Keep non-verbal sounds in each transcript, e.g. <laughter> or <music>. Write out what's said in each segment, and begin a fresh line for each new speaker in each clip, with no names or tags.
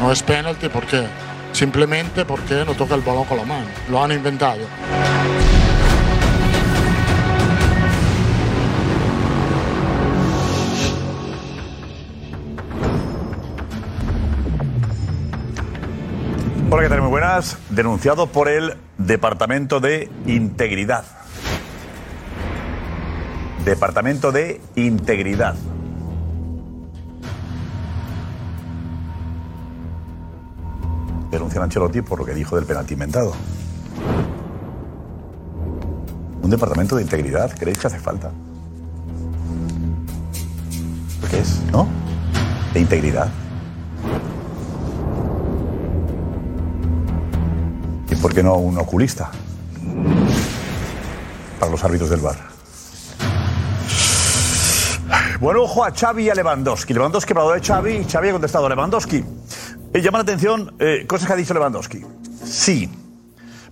No es penalti porque simplemente porque no toca el balón con la mano. Lo han inventado.
Hola, ¿qué tal? Muy buenas. Denunciado por el Departamento de Integridad. Departamento de Integridad. Denuncian a Ancelotti por lo que dijo del penalti inventado. ¿Un departamento de integridad creéis que hace falta? ¿Lo que es? ¿No? De integridad. ¿Y por qué no un oculista? Para los árbitros del bar. Bueno, ojo a Xavi y a Lewandowski. Lewandowski ha hablado de Xavi y Xavi ha contestado a Lewandowski. Eh, llama la atención eh, cosas que ha dicho Lewandowski. Sí.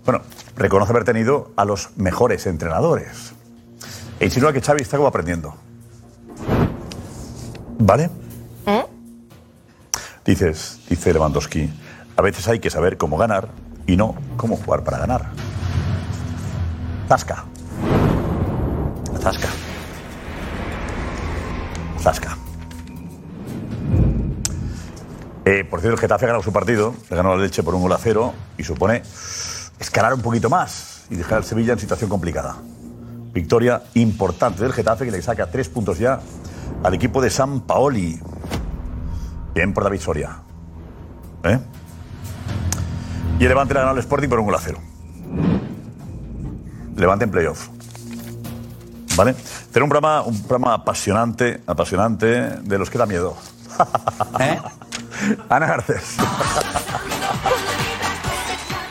Bueno, reconoce haber tenido a los mejores entrenadores. E insinúa que Xavi está como aprendiendo. ¿Vale? ¿Eh? Dices, dice Lewandowski, a veces hay que saber cómo ganar y no cómo jugar para ganar. Zasca. Zasca. Zasca. Eh, por cierto, el Getafe ha ganado su partido, le ganó la leche por un gol a cero y supone escalar un poquito más y dejar al Sevilla en situación complicada. Victoria importante del Getafe que le saca tres puntos ya al equipo de San Paoli. Bien por David Soria. ¿Eh? Y el Levante le ha ganado al Sporting por un gol a cero. Levante en playoff. ¿Vale? Tiene un programa, un programa apasionante, apasionante, de los que da miedo. <laughs> Ana Garcés.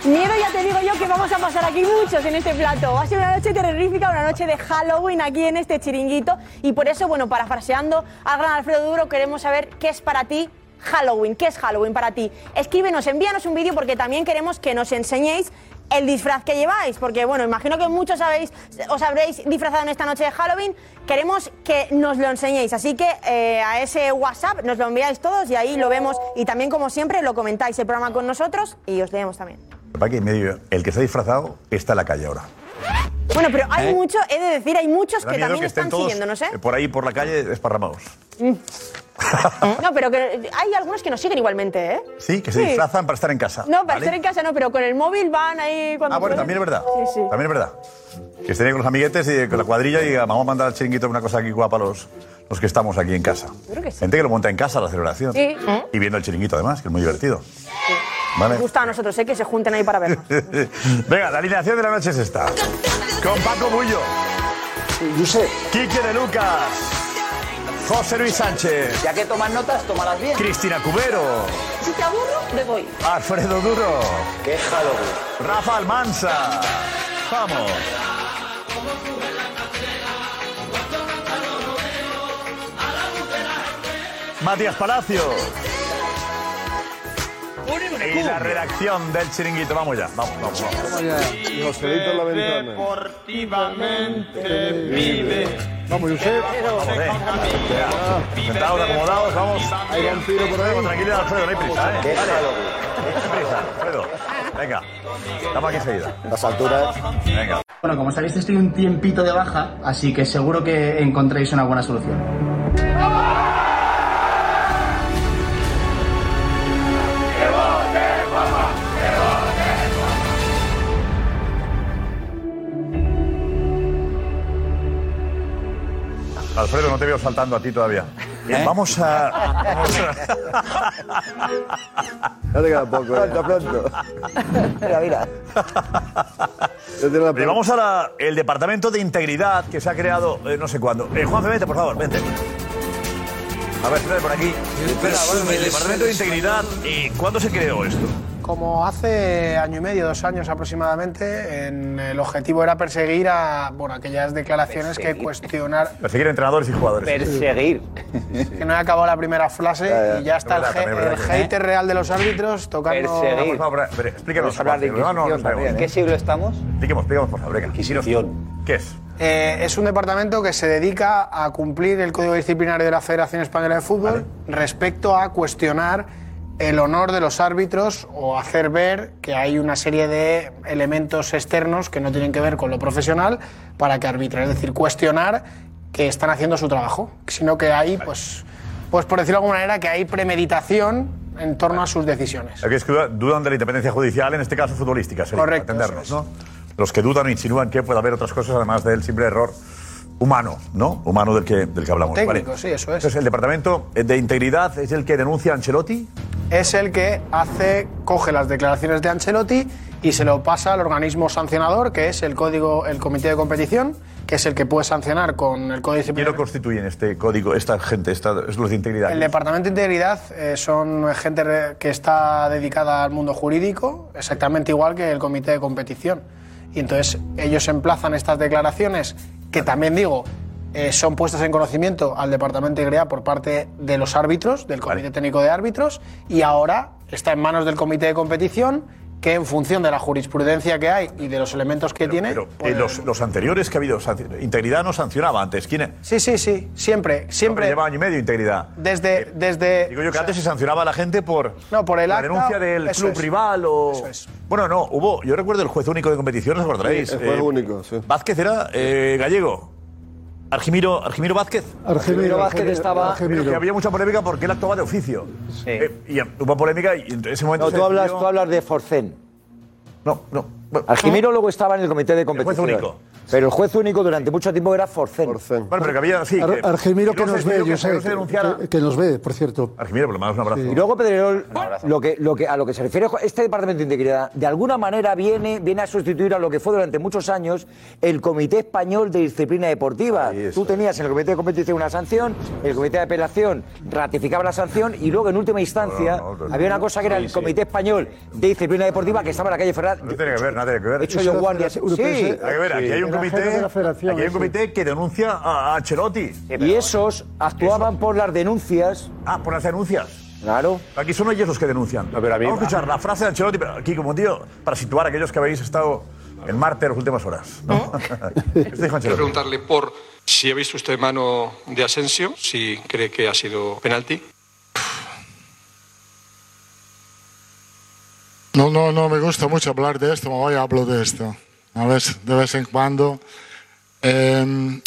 Miedo ya te digo yo que vamos a pasar aquí muchos en este plato. Va a ser una noche terrorífica, una noche de Halloween aquí en este chiringuito. Y por eso, bueno, parafraseando al gran Alfredo Duro, queremos saber qué es para ti Halloween. ¿Qué es Halloween para ti? Escríbenos, envíanos un vídeo porque también queremos que nos enseñéis el disfraz que lleváis, porque bueno, imagino que muchos habéis, os habréis disfrazado en esta noche de Halloween, queremos que nos lo enseñéis, así que eh, a ese WhatsApp nos lo enviáis todos y ahí lo vemos y también como siempre lo comentáis el programa con nosotros y os leemos también.
Para que medio, el que se ha disfrazado está en la calle ahora.
Bueno, pero hay mucho, he de decir, hay muchos
¿Eh? Da
que
miedo
también
que estén
están
todos,
siguiéndonos, ¿eh? Mm.
eh, Por ahí, por la calle, desparramados.
No, pero que hay algunos que nos siguen igualmente, ¿eh?
Sí, que se
Sí.
disfrazan para estar en casa.
No, para
Ah, ¿vale?
estar en casa no, pero con el móvil van ahí cuando...
Ah, bueno,
pueden.
también es verdad.
Sí, sí.
También es verdad. Que estén ahí con los amiguetes y con la cuadrilla y vamos a mandar al chiringuito una cosa aquí guapa a los, los que estamos aquí en casa.
Creo que sí.
Gente que lo monta en casa la celebración.
Sí.
Y viendo el chiringuito además, que es muy divertido. <laughs>
Nos
¿Vale?
gusta a nosotros, ¿eh? Que se junten ahí para vernos.
Venga, la alineación de la noche es esta. Con Paco Bullo. Josep. Quique de Lucas. José Luis Sánchez.
Ya que tomas notas, tómalas bien.
Cristina Cubero.
Si te aburro, me voy.
Alfredo Duro.
Qué Halloween.
Rafa Almanza. Vamos. Matías Palacio. Y la redacción del chiringuito. Vamos ya, vamos, vamos. vamos.
Los pelitos en la ventana.
Deportivamente vive.
Vamos, Josep.
Sentados, eh. acomodados, vamos. Hay un tiro por ahí. Tranquilidad, Alfredo, no hay prisa, ¿eh?
Qué
Vale,
Halloween.
no hay prisa, Alfredo. Venga, estamos aquí enseguida.
Las alturas.
Venga.
Bueno, como sabéis, estoy un tiempito de baja, así que seguro que encontréis una buena solución.
Alfredo, no te veo saltando a ti todavía.
¿Eh?
Vamos a. vamos a-
Ya te queda poco, ¿eh? Pronto, pronto.
Mira, mira.
Ya tiene la
Oye, vamos a la- el Departamento de Integridad que se ha creado eh, no sé cuándo. Eh, Juan vente, por favor, vente. A ver, espérate por aquí. Espera, bueno, el Departamento de Integridad, eh, ¿cuándo se creó esto?
Como hace año y medio, dos años aproximadamente, en- el objetivo era perseguir a bueno, aquellas declaraciones que
<laughs>
cuestionar
Perseguir entrenadores y jugadores.
Perseguir.
que no he acabado la primera frase y ya está el,
Verdad,
ge-
también verdad
el
que-
hater real de los árbitros tocando
Perseguir.
Por favor, pero explícanos.
Vamos a hablar de
Juanfe, no, no, no
Inquisición
sabemos.
también. ¿eh? ¿En qué siglo estamos?
Expliquemos, expliquemos, por favor, venga. dinos tú. ¿Qué es?
Eh, es un departamento que se dedica a cumplir el código disciplinario de la Federación Española de Fútbol respecto a cuestionar el honor de los árbitros o hacer ver que hay una serie de elementos externos que no tienen que ver con lo profesional para que arbitren. Es decir, cuestionar que están haciendo su trabajo, sino que hay, pues, pues por decirlo de alguna manera, que hay premeditación en torno a sus decisiones.
Hay que duda- dudan de la independencia judicial, en este caso futbolística, sería, para
Correcto,
entendernos, ¿no? Los que dudan o insinúan que puede haber otras cosas además del simple error humano, ¿no? Humano del que, del que hablamos.
Técnico,
vale.
sí, pues. eso es.
Entonces, el Departamento de Integridad es el que denuncia a Ancelotti.
es el que hace, coge las declaraciones de Ancelotti y se lo pasa al organismo sancionador, que es el código, el comité de competición, que es el que puede sancionar con el código
¿Quién
disciplinario.
lo constituyen este código, esta gente, esta, es los de integridad?
El Departamento de Integridad eh, son gente re- que está dedicada al mundo jurídico, exactamente igual que el comité de competición. Y entonces ellos emplazan estas declaraciones, que también digo, eh, son puestas en conocimiento al Departamento de Integridad por parte de los árbitros, del Comité Técnico de Árbitros, y ahora está en manos del comité de competición que en función de la jurisprudencia que hay y de los elementos que tiene... pues,
Pero, eh,
puede-
los, los anteriores que ha habido, sanci- integridad no sancionaba antes. ¿Quién es?
Sí, sí, sí, siempre, siempre...
Lleva año y medio integridad.
Desde, desde
eh, Digo yo que antes se sancionaba a la gente por,
No, por el
la
acta,
denuncia del
eso
club
es.
rival o.
Eso es.
Bueno, no, hubo. Yo recuerdo el juez único de competiciones, ¿os acordaréis?
Sí, el juez
Eh,
único, sí.
Vázquez era eh, gallego. Argimiro, Argimiro Vázquez.
Argemiro Vázquez estaba-
Pero que
Argemiro.
había mucha polémica porque él actuaba de oficio. Eh, y hubo polémica y en ese momento.
No,
se
tú hablas,
decidió-
tú hablas de Forcén.
No, no. Bueno,
Argimiro luego estaba en el comité de
juez
competición.
único.
Pero el juez único durante mucho tiempo era Forcén.
Porcén.
Bueno, pero que había. Sí,
Ar-
que-
Argemiro
y
que
luego
nos
se
ve, yo
decidió que
sé.
no se denunciara-
que- que nos ve, por cierto.
Argimiro, por lo menos un abrazo.
Y luego Pedrerol, lo que, lo que, a lo que se refiere este Departamento de Integridad, de alguna manera viene, viene a sustituir a lo que fue durante muchos años el Comité Español de Disciplina Deportiva.
Ahí está.
Tú tenías en el Comité de Competición una sanción, el Comité de Apelación ratificaba la sanción y luego en última instancia
No, no, no, no.
había una cosa que era el Comité Español de Disciplina Deportiva que estaba en la calle Ferrat.
No tiene que ver, nada tiene que ver.
He hecho yo
Eso
guardia.
era europeo,
¿eh? Sí.
ese-
Hay que ver, aquí hay un
Era
comité,
jefe de la federación,
aquí hay un
sí.
comité que denuncia a, a Chelotti.
Y esos actuaban por las denuncias.
Ah, por las denuncias.
Claro.
Aquí son ellos los que denuncian.
No, pero a mí-
Vamos a escuchar la frase de Ancelotti, pero aquí como tío, para situar a aquellos que habéis estado en Marte las últimas horas. ¿no? <laughs>
¿Eh?
Esto dijo
Quiero
Ancelotti.
preguntarle por si ha visto usted mano de Asensio, si cree que ha sido
¿Eh?
penalti.
No, no, no me gusta mucho hablar de esto, pero hoy hablo de esto. A veces, de vez en cuando. Eh,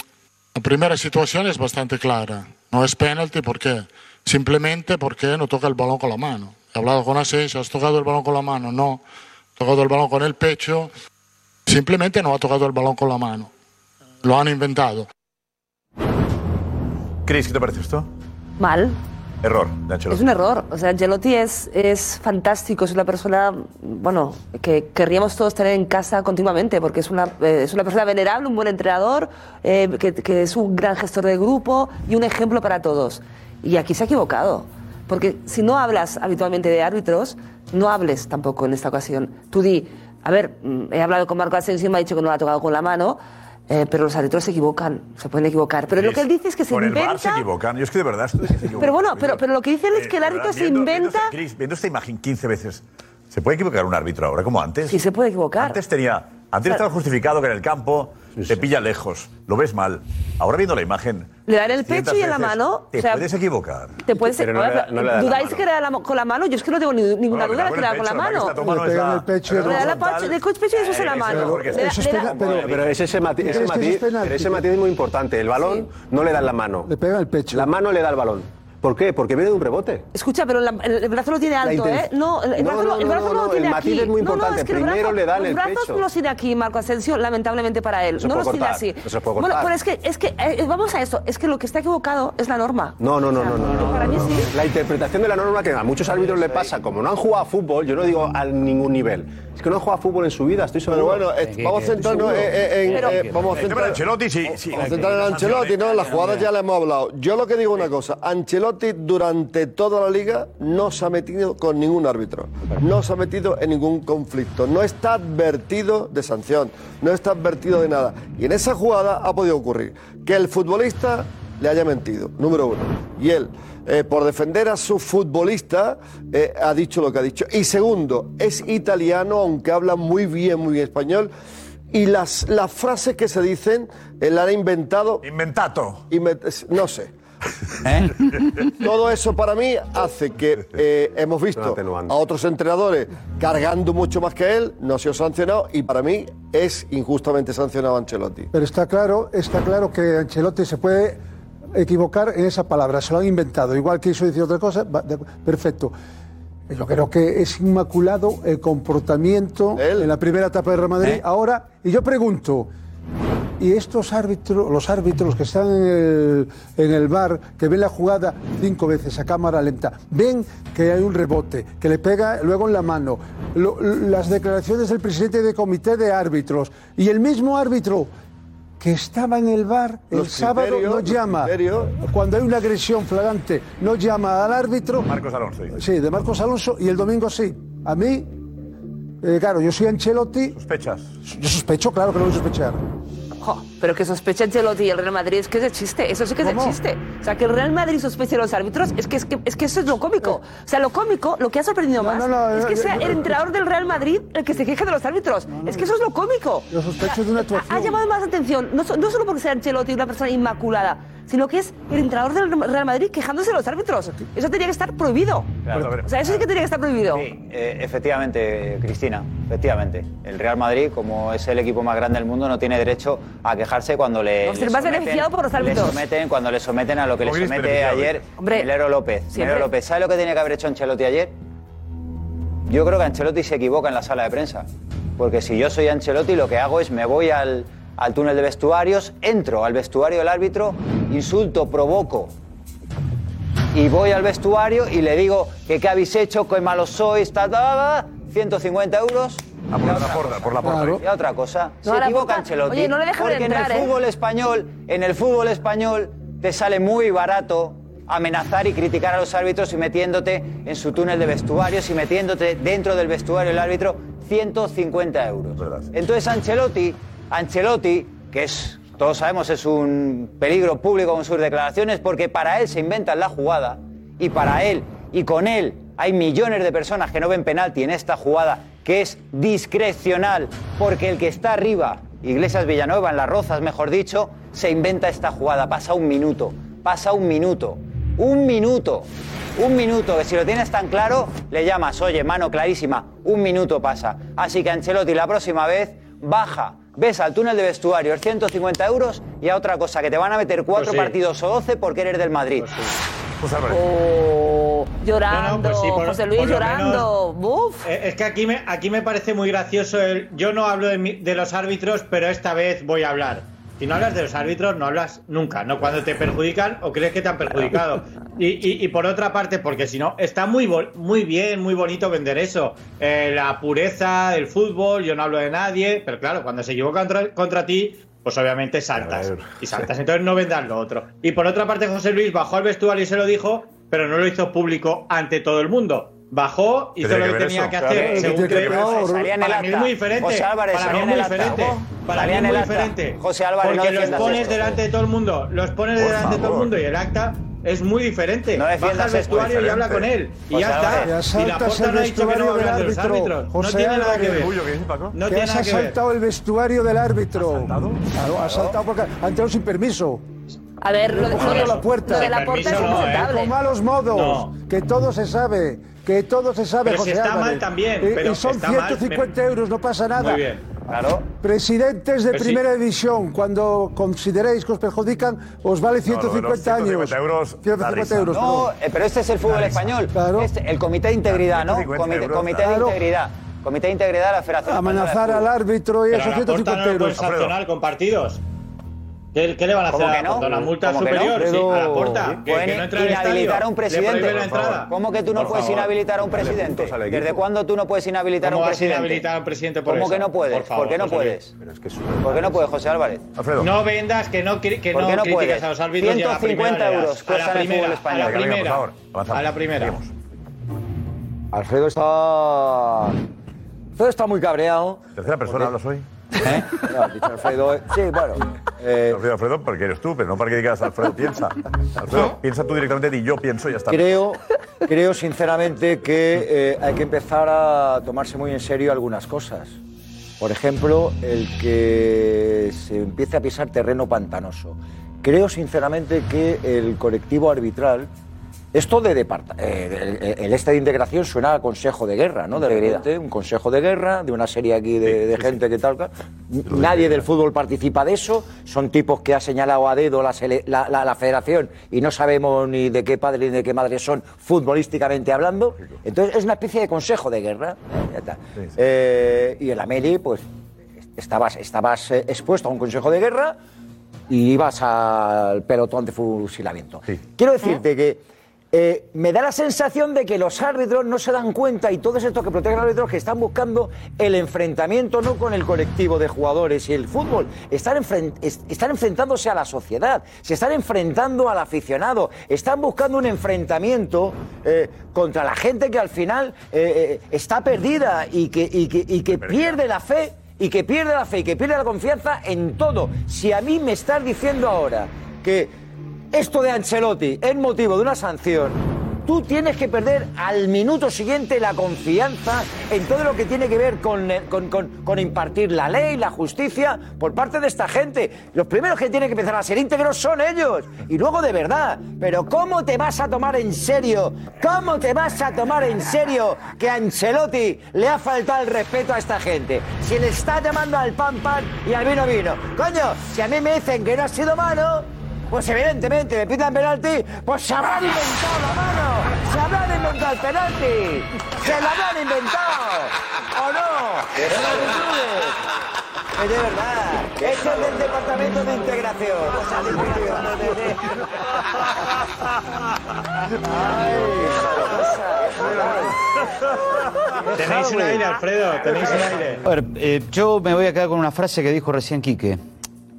la primera situación es bastante clara. No es penalti, ¿por qué? Simplemente porque no toca el balón con la mano. He hablado con Asensio, ¿has tocado el balón con la mano? No. He tocado el balón con el pecho. Simplemente no ha tocado el balón con la mano. Lo han inventado.
Chris, ¿qué te parece esto?
Mal.
Error de Ancelotti.
Es un error. O sea, Angelotti es, es fantástico, es una persona, bueno, que querríamos todos tener en casa continuamente, porque es una, eh, es una persona venerable, un buen entrenador, eh, que, que es un gran gestor de grupo y un ejemplo para todos. Y aquí se ha equivocado, porque si no hablas habitualmente de árbitros, no hables tampoco en esta ocasión. Tú di, a ver, mm, he hablado con Marco Asensio y me ha dicho que no lo ha tocado con la mano, eh, pero los árbitros se equivocan, se pueden equivocar. Pero lo que él dice es que se
Por el
inventa... Pues
bar se equivocan. Yo es que de verdad estoy que se equivocan.
Pero bueno, pero- pero lo que dicen es que el
de
árbitro
verdad,
se
Eh, viendo-
inventa-
viendo- Chris, viendo esta imagen 15 veces, ¿se puede equivocar un árbitro ahora como antes?
Sí, se puede equivocar.
Antes tenía. Antes
Claro.
estaba justificado que en el campo te pilla lejos, lo ves mal. Ahora viendo la imagen.
Le da en el
300
pecho y en la
veces,
mano,
Te
o sea-
puedes equivocar.
Te puedes
Pero no le da- no le da la
¿Dudáis
mano.
que le da la mo- con la mano? Yo es que no tengo ni- ninguna
Bueno,
duda de
le
que le
da
da con la mano.
el pecho, verdad que
Le
esta
pega
toma
en el pecho y
no es
le da
la
frontal.
pacha- el coche pecho y eso se la
Eh,
mano.
eso porque-
Le da-
Eso es
le
pena-
Pero, pero es ese, mati-
Pero
ese
es que
matiz,
eso es penalti.
pero ese matiz es muy importante. El balón no le da la mano.
Le pega el pecho.
La mano le da el balón. ¿por qué? Porque viene de un rebote.
Escucha, pero la- el, el brazo lo tiene
La
alto,
inten-
¿eh? No, el, el
No,
brazo, lo-
no,
el
no,
brazo
no,
no,
no,
lo tiene
el
aquí.
matiz es muy
No, no, es
importante.
que el
Primero
brazo-
le da en el
Los brazos
pecho.
no los tiene aquí, Marco Asensio, lamentablemente para él.
No se
no
puede
los tiene
cortar,
así.
no se puede
bueno,
cortar.
pero es que, es que eh, vamos a eso. Es que lo que está equivocado es la norma.
No, no, no,
O sea,
no, no, no,
Para
no,
mí
no.
sí.
La interpretación de la norma que a muchos árbitros le pasa, como no han jugado a fútbol, yo no digo a ningún nivel, es que no han jugado a fútbol en su vida, estoy seguro.
Pero bueno, eh, vamos a centrarnos eh, eh, en.
Pero-
eh, vamos a
El tema
centrar-
de Ancelotti, sí. sí.
Vamos a centrar en Ancelotti, ¿no? Las jugadas ya las hemos hablado. Yo lo que digo una cosa, Ancelotti durante toda la liga no se ha metido con ningún árbitro, no se ha metido en ningún conflicto, no está advertido de sanción, no está advertido de nada. Y en esa jugada ha podido ocurrir que el futbolista le haya mentido, número uno. Y él, eh, por defender a su futbolista, eh, ha dicho lo que ha dicho. Y segundo, es italiano, aunque habla muy bien, muy bien español. Y las, las frases que se dicen, él la ha eh, inventado
Inventato.
y me- no sé.
¿Eh?
Todo eso para mí hace que eh, hemos visto a otros entrenadores cargando mucho más que él, no ha sido sancionado y para mí es injustamente sancionado Ancelotti.
Pero está claro, está claro que Ancelotti se puede equivocar en esa palabra, se lo han inventado. Igual que hizo decir otra cosa, va- de- perfecto. Yo creo que es inmaculado el comportamiento
Eh,
en la primera etapa de Real
¿Eh?
Madrid. Ahora, y yo pregunto, ¿y estos árbitros, los árbitros que están en el, en el bar, que ven la jugada cinco veces a cámara lenta, ven que hay un rebote, que le pega luego en la mano, lo- las declaraciones del presidente del comité de árbitros y el mismo árbitro que estaba en el bar el
Los
sábado
criterios,
no
los
llama
criterios.
cuando hay una agresión flagrante no llama al árbitro
Marcos Alonso.
Sí, de Marcos Alonso y el domingo sí. A mí, eh, claro, yo soy Ancelotti.
¿Sospechas?
Yo sospecho, claro que lo voy a sospechar.
Jo, pero que sospeche Ancelotti y el Real Madrid es que es de chiste, eso sí que es de chiste. O sea, que el Real Madrid sospeche de los árbitros es que, es que es que eso es lo cómico.
Eh.
O sea, lo cómico, lo que ha sorprendido más es que
yo-
sea
yo-
el entrenador del Real Madrid el que se queje de los árbitros. es que eso es lo cómico.
Yo sospecho de una
Ha
actuación.
llamado más atención, no, so- no solo porque sea Ancelotti una persona inmaculada, sino que es el entrenador del Real Madrid quejándose de los árbitros. Eso tenía que estar prohibido.
Claro, pero-
o sea, eso sí que tenía que estar prohibido.
Eh, efectivamente, Cristina, efectivamente. El Real Madrid, como es el equipo más grande del mundo, no tiene derecho a quejarse cuando le.
No,
le
ser más
someten-
beneficiado por los árbitros.
le someten- cuando le someten a lo que le
¿Cómo que eres
somete
beneficiado,
ayer
eh? Hombre,
Milero López.
siempre.
Milero López, ¿sabe lo que tenía que haber hecho Ancelotti ayer? Yo creo que Ancelotti se equivoca en la sala de prensa. Porque si yo soy Ancelotti, lo que hago es me voy al, al túnel de vestuarios, entro al vestuario del árbitro, insulto, provoco, y voy al vestuario y le digo que qué habéis hecho, qué malos sois, ta, ta, ta, ta, 150 euros.
A Ah, por la puerta, por la puerta.
Y a otra cosa,
a
se
la
equivoca
puerta.
Ancelotti.
Oye, no le dejan
porque en
entrar, ¿eh?
el fútbol español, en el fútbol español te sale muy barato amenazar y criticar a los árbitros y metiéndote en su túnel de vestuarios y metiéndote dentro del vestuario del árbitro 150 euros. Entonces Ancelotti, Ancelotti, que es todos sabemos es un peligro público con sus declaraciones porque para él se inventan la jugada y para él y con él hay millones de personas que no ven penalti en esta jugada que es discrecional porque el que está arriba, Iglesias Villanueva en las Rozas mejor dicho, se inventa esta jugada, pasa un minuto, pasa un minuto, un minuto, un minuto, que si lo tienes tan claro le llamas, oye, mano clarísima, un minuto pasa. Así que Ancelotti la próxima vez baja, ves al túnel de vestuarios, 150 euros y a otra cosa, que te van a meter cuatro
sí.
partidos o 12 porque eres del Madrid.
O llorando,
No, no, pues sí, por-
José Luis
por lo
llorando. Buf.
Eh, Es que aquí me, aquí me parece muy gracioso el. Yo no hablo de, mi- de los árbitros, pero esta vez voy a hablar. Si no hablas de los árbitros, no hablas nunca, ¿no? Cuando te perjudican o crees que te han perjudicado. Y, y- y por otra parte, porque si no, está muy, bo- muy bien, muy bonito vender eso. Eh, la pureza, el fútbol, yo no hablo de nadie, pero claro, cuando se equivoca contra, contra ti, pues obviamente saltas. Y saltas, entonces no vendas lo otro. Y por otra parte, José Luis bajó al vestuario y se lo dijo, pero no lo hizo público ante todo el mundo. Bajó, hizo
tiene
lo
que
que
ver
tenía
eso?
que
Claro,
hacer.
¿qué
según
tiene que
creo.
ver eso? Salía en el
para mí es
acta.
muy diferente.
José Álvarez,
para mí
salía
es
en
muy
el acta.
diferente.
¿Cómo?
Para mí
Salía
es
en
muy
el acta.
diferente.
José Álvarez, no
Porque los
defiendas
pones
esto.
delante de todo el mundo. Los pones delante de todo el mundo y el acta es muy diferente.
No defiendas
Baja al
esto,
vestuario y
diferente.
habla con él. Y
José
ya
Álvarez.
está. Ah, Y la
Asaltas
puerta
el
no ha dicho que no va a
vestuario del
hablar de los
árbitro,
árbitros. No
José
tiene nada que
Álvarez.
ver.
No
No
que
tiene
has
nada que ver.
asaltado el vestuario del árbitro. Claro, has asaltado porque han entrado sin permiso.
A ver, Eh, lo de,
Empujando
lo de-
la puerta.
lo de la puerta es
¿eh?
insoportable.
Con malos modos, que todo se sabe, que todo se sabe,
Pero
José
si está mal
Álvarez.
también,
Y- Y,
pero
son
está mal,
150 euros, no pasa nada.
Muy bien. Claro.
Presidentes de
Pero sí.
primera división, cuando consideréis que os perjudican, os vale
No, lo de
150
los
años.
150 euros,
150 euros.
No,
perdón.
eh, pero este es el fútbol
Da risa.
español. Este- el Comité de Integridad, ¿no?
150
Comité,
euros,
comité de
claro.
Integridad. Comité de Integridad de la Federación.
Amenazar al árbitro eh, y
Pero
esos
a la puerta
150
no le
euros.
puedes sancionar
Nacional con partidos. ¿Qué, qué le van a hacer
¿Cómo
a
que
la
no?
puerta? ¿Una multa
¿Cómo que no?
superior?
Pero-
Sí, a la puerta. Que, que
Pueden
no entra al estadio.
inhabilitar a un
Le
presidente.
prohíben la entrada.
¿Cómo que tú no
Por
puedes
favor.
inhabilitar a un
Dale
presidente?
puntos al equipo.
¿Desde cuándo tú no puedes inhabilitar a un
¿Cómo vas a
presidente?
inhabilitar a un presidente por
¿Cómo
eso?
que no puedes?
Por favor,
qué no
José
puedes? ¿Por qué no puedes, José Álvarez?
No vendas que no, cri- que
¿Por
no,
qué no
criticas
puedes?
a los árbitros. y a la
150
primera le das.
euros
a la
cuestan el
primera,
fútbol español.
A la
Venga, venga,
primera.
por favor, avanzamos.
a la primera.
Alfredo está. Alfredo está muy cabreado.
¿Tercera persona hablas hoy?
No, ha dicho Alfredo.
eh.
Sí, bueno.
Alfredo, Alfredo, porque eres tú, pero no para que digas Alfredo piensa. Alfredo, piensa tú directamente y yo pienso y ya está.
Creo, creo sinceramente que eh, hay que empezar a tomarse muy en serio algunas cosas. Por ejemplo, el que se empiece a pisar terreno pantanoso. creo sinceramente que el colectivo arbitral. Esto de departa- eh, el- el, el este de integración suena a consejo de guerra, ¿no? De
Integridad.
repente, un consejo de guerra, de una serie aquí de, de gente que tal. Nadie del fútbol participa de eso. Son tipos que ha señalado a dedo la, sele- la- la- la federación y no sabemos ni de qué padre ni de qué madre son futbolísticamente hablando. Entonces es una especie de consejo de guerra. Ya está. Eh, y el Ameli, pues estabas, estabas eh, expuesto a un consejo de guerra y ibas al pelotón de fusilamiento. Quiero decirte que eh, me da la sensación de que los árbitros no se dan cuenta y todos estos que protegen a los árbitros que están buscando el enfrentamiento no con el colectivo de jugadores y el fútbol, están, enfren- es- están enfrentándose a la sociedad, se están enfrentando al aficionado, están buscando un enfrentamiento eh, contra la gente que al final eh, eh, está perdida y que, y que- y que pierde la fe y que pierde la fe y que pierde la confianza en todo. Si a mí me estás diciendo ahora que esto de Ancelotti es motivo de una sanción, tú tienes que perder al minuto siguiente la confianza en todo lo que tiene que ver con, eh, con- con- con impartir la ley, la justicia por parte de esta gente. Los primeros que tienen que empezar a ser íntegros son ellos y luego de verdad. Pero ¿cómo te vas a tomar en serio? ¿Cómo te vas a tomar en serio que a Ancelotti le ha faltado el respeto a esta gente? Si le está llamando al pan pan y al vino vino. Coño, si a mí me dicen que no ha sido malo, pues evidentemente me pitan penalti, pues se habrán inventado la mano, se habrán inventado el penalti, se la habrán inventado, ¿o no? Es una virtud. Es de verdad, esto es del Departamento de Integración. O sea, de integración, de- de- de-
Tenéis un aire, Alfredo, tenéis un aire.
A ver, eh, yo me voy a quedar con una frase que dijo recién Quique,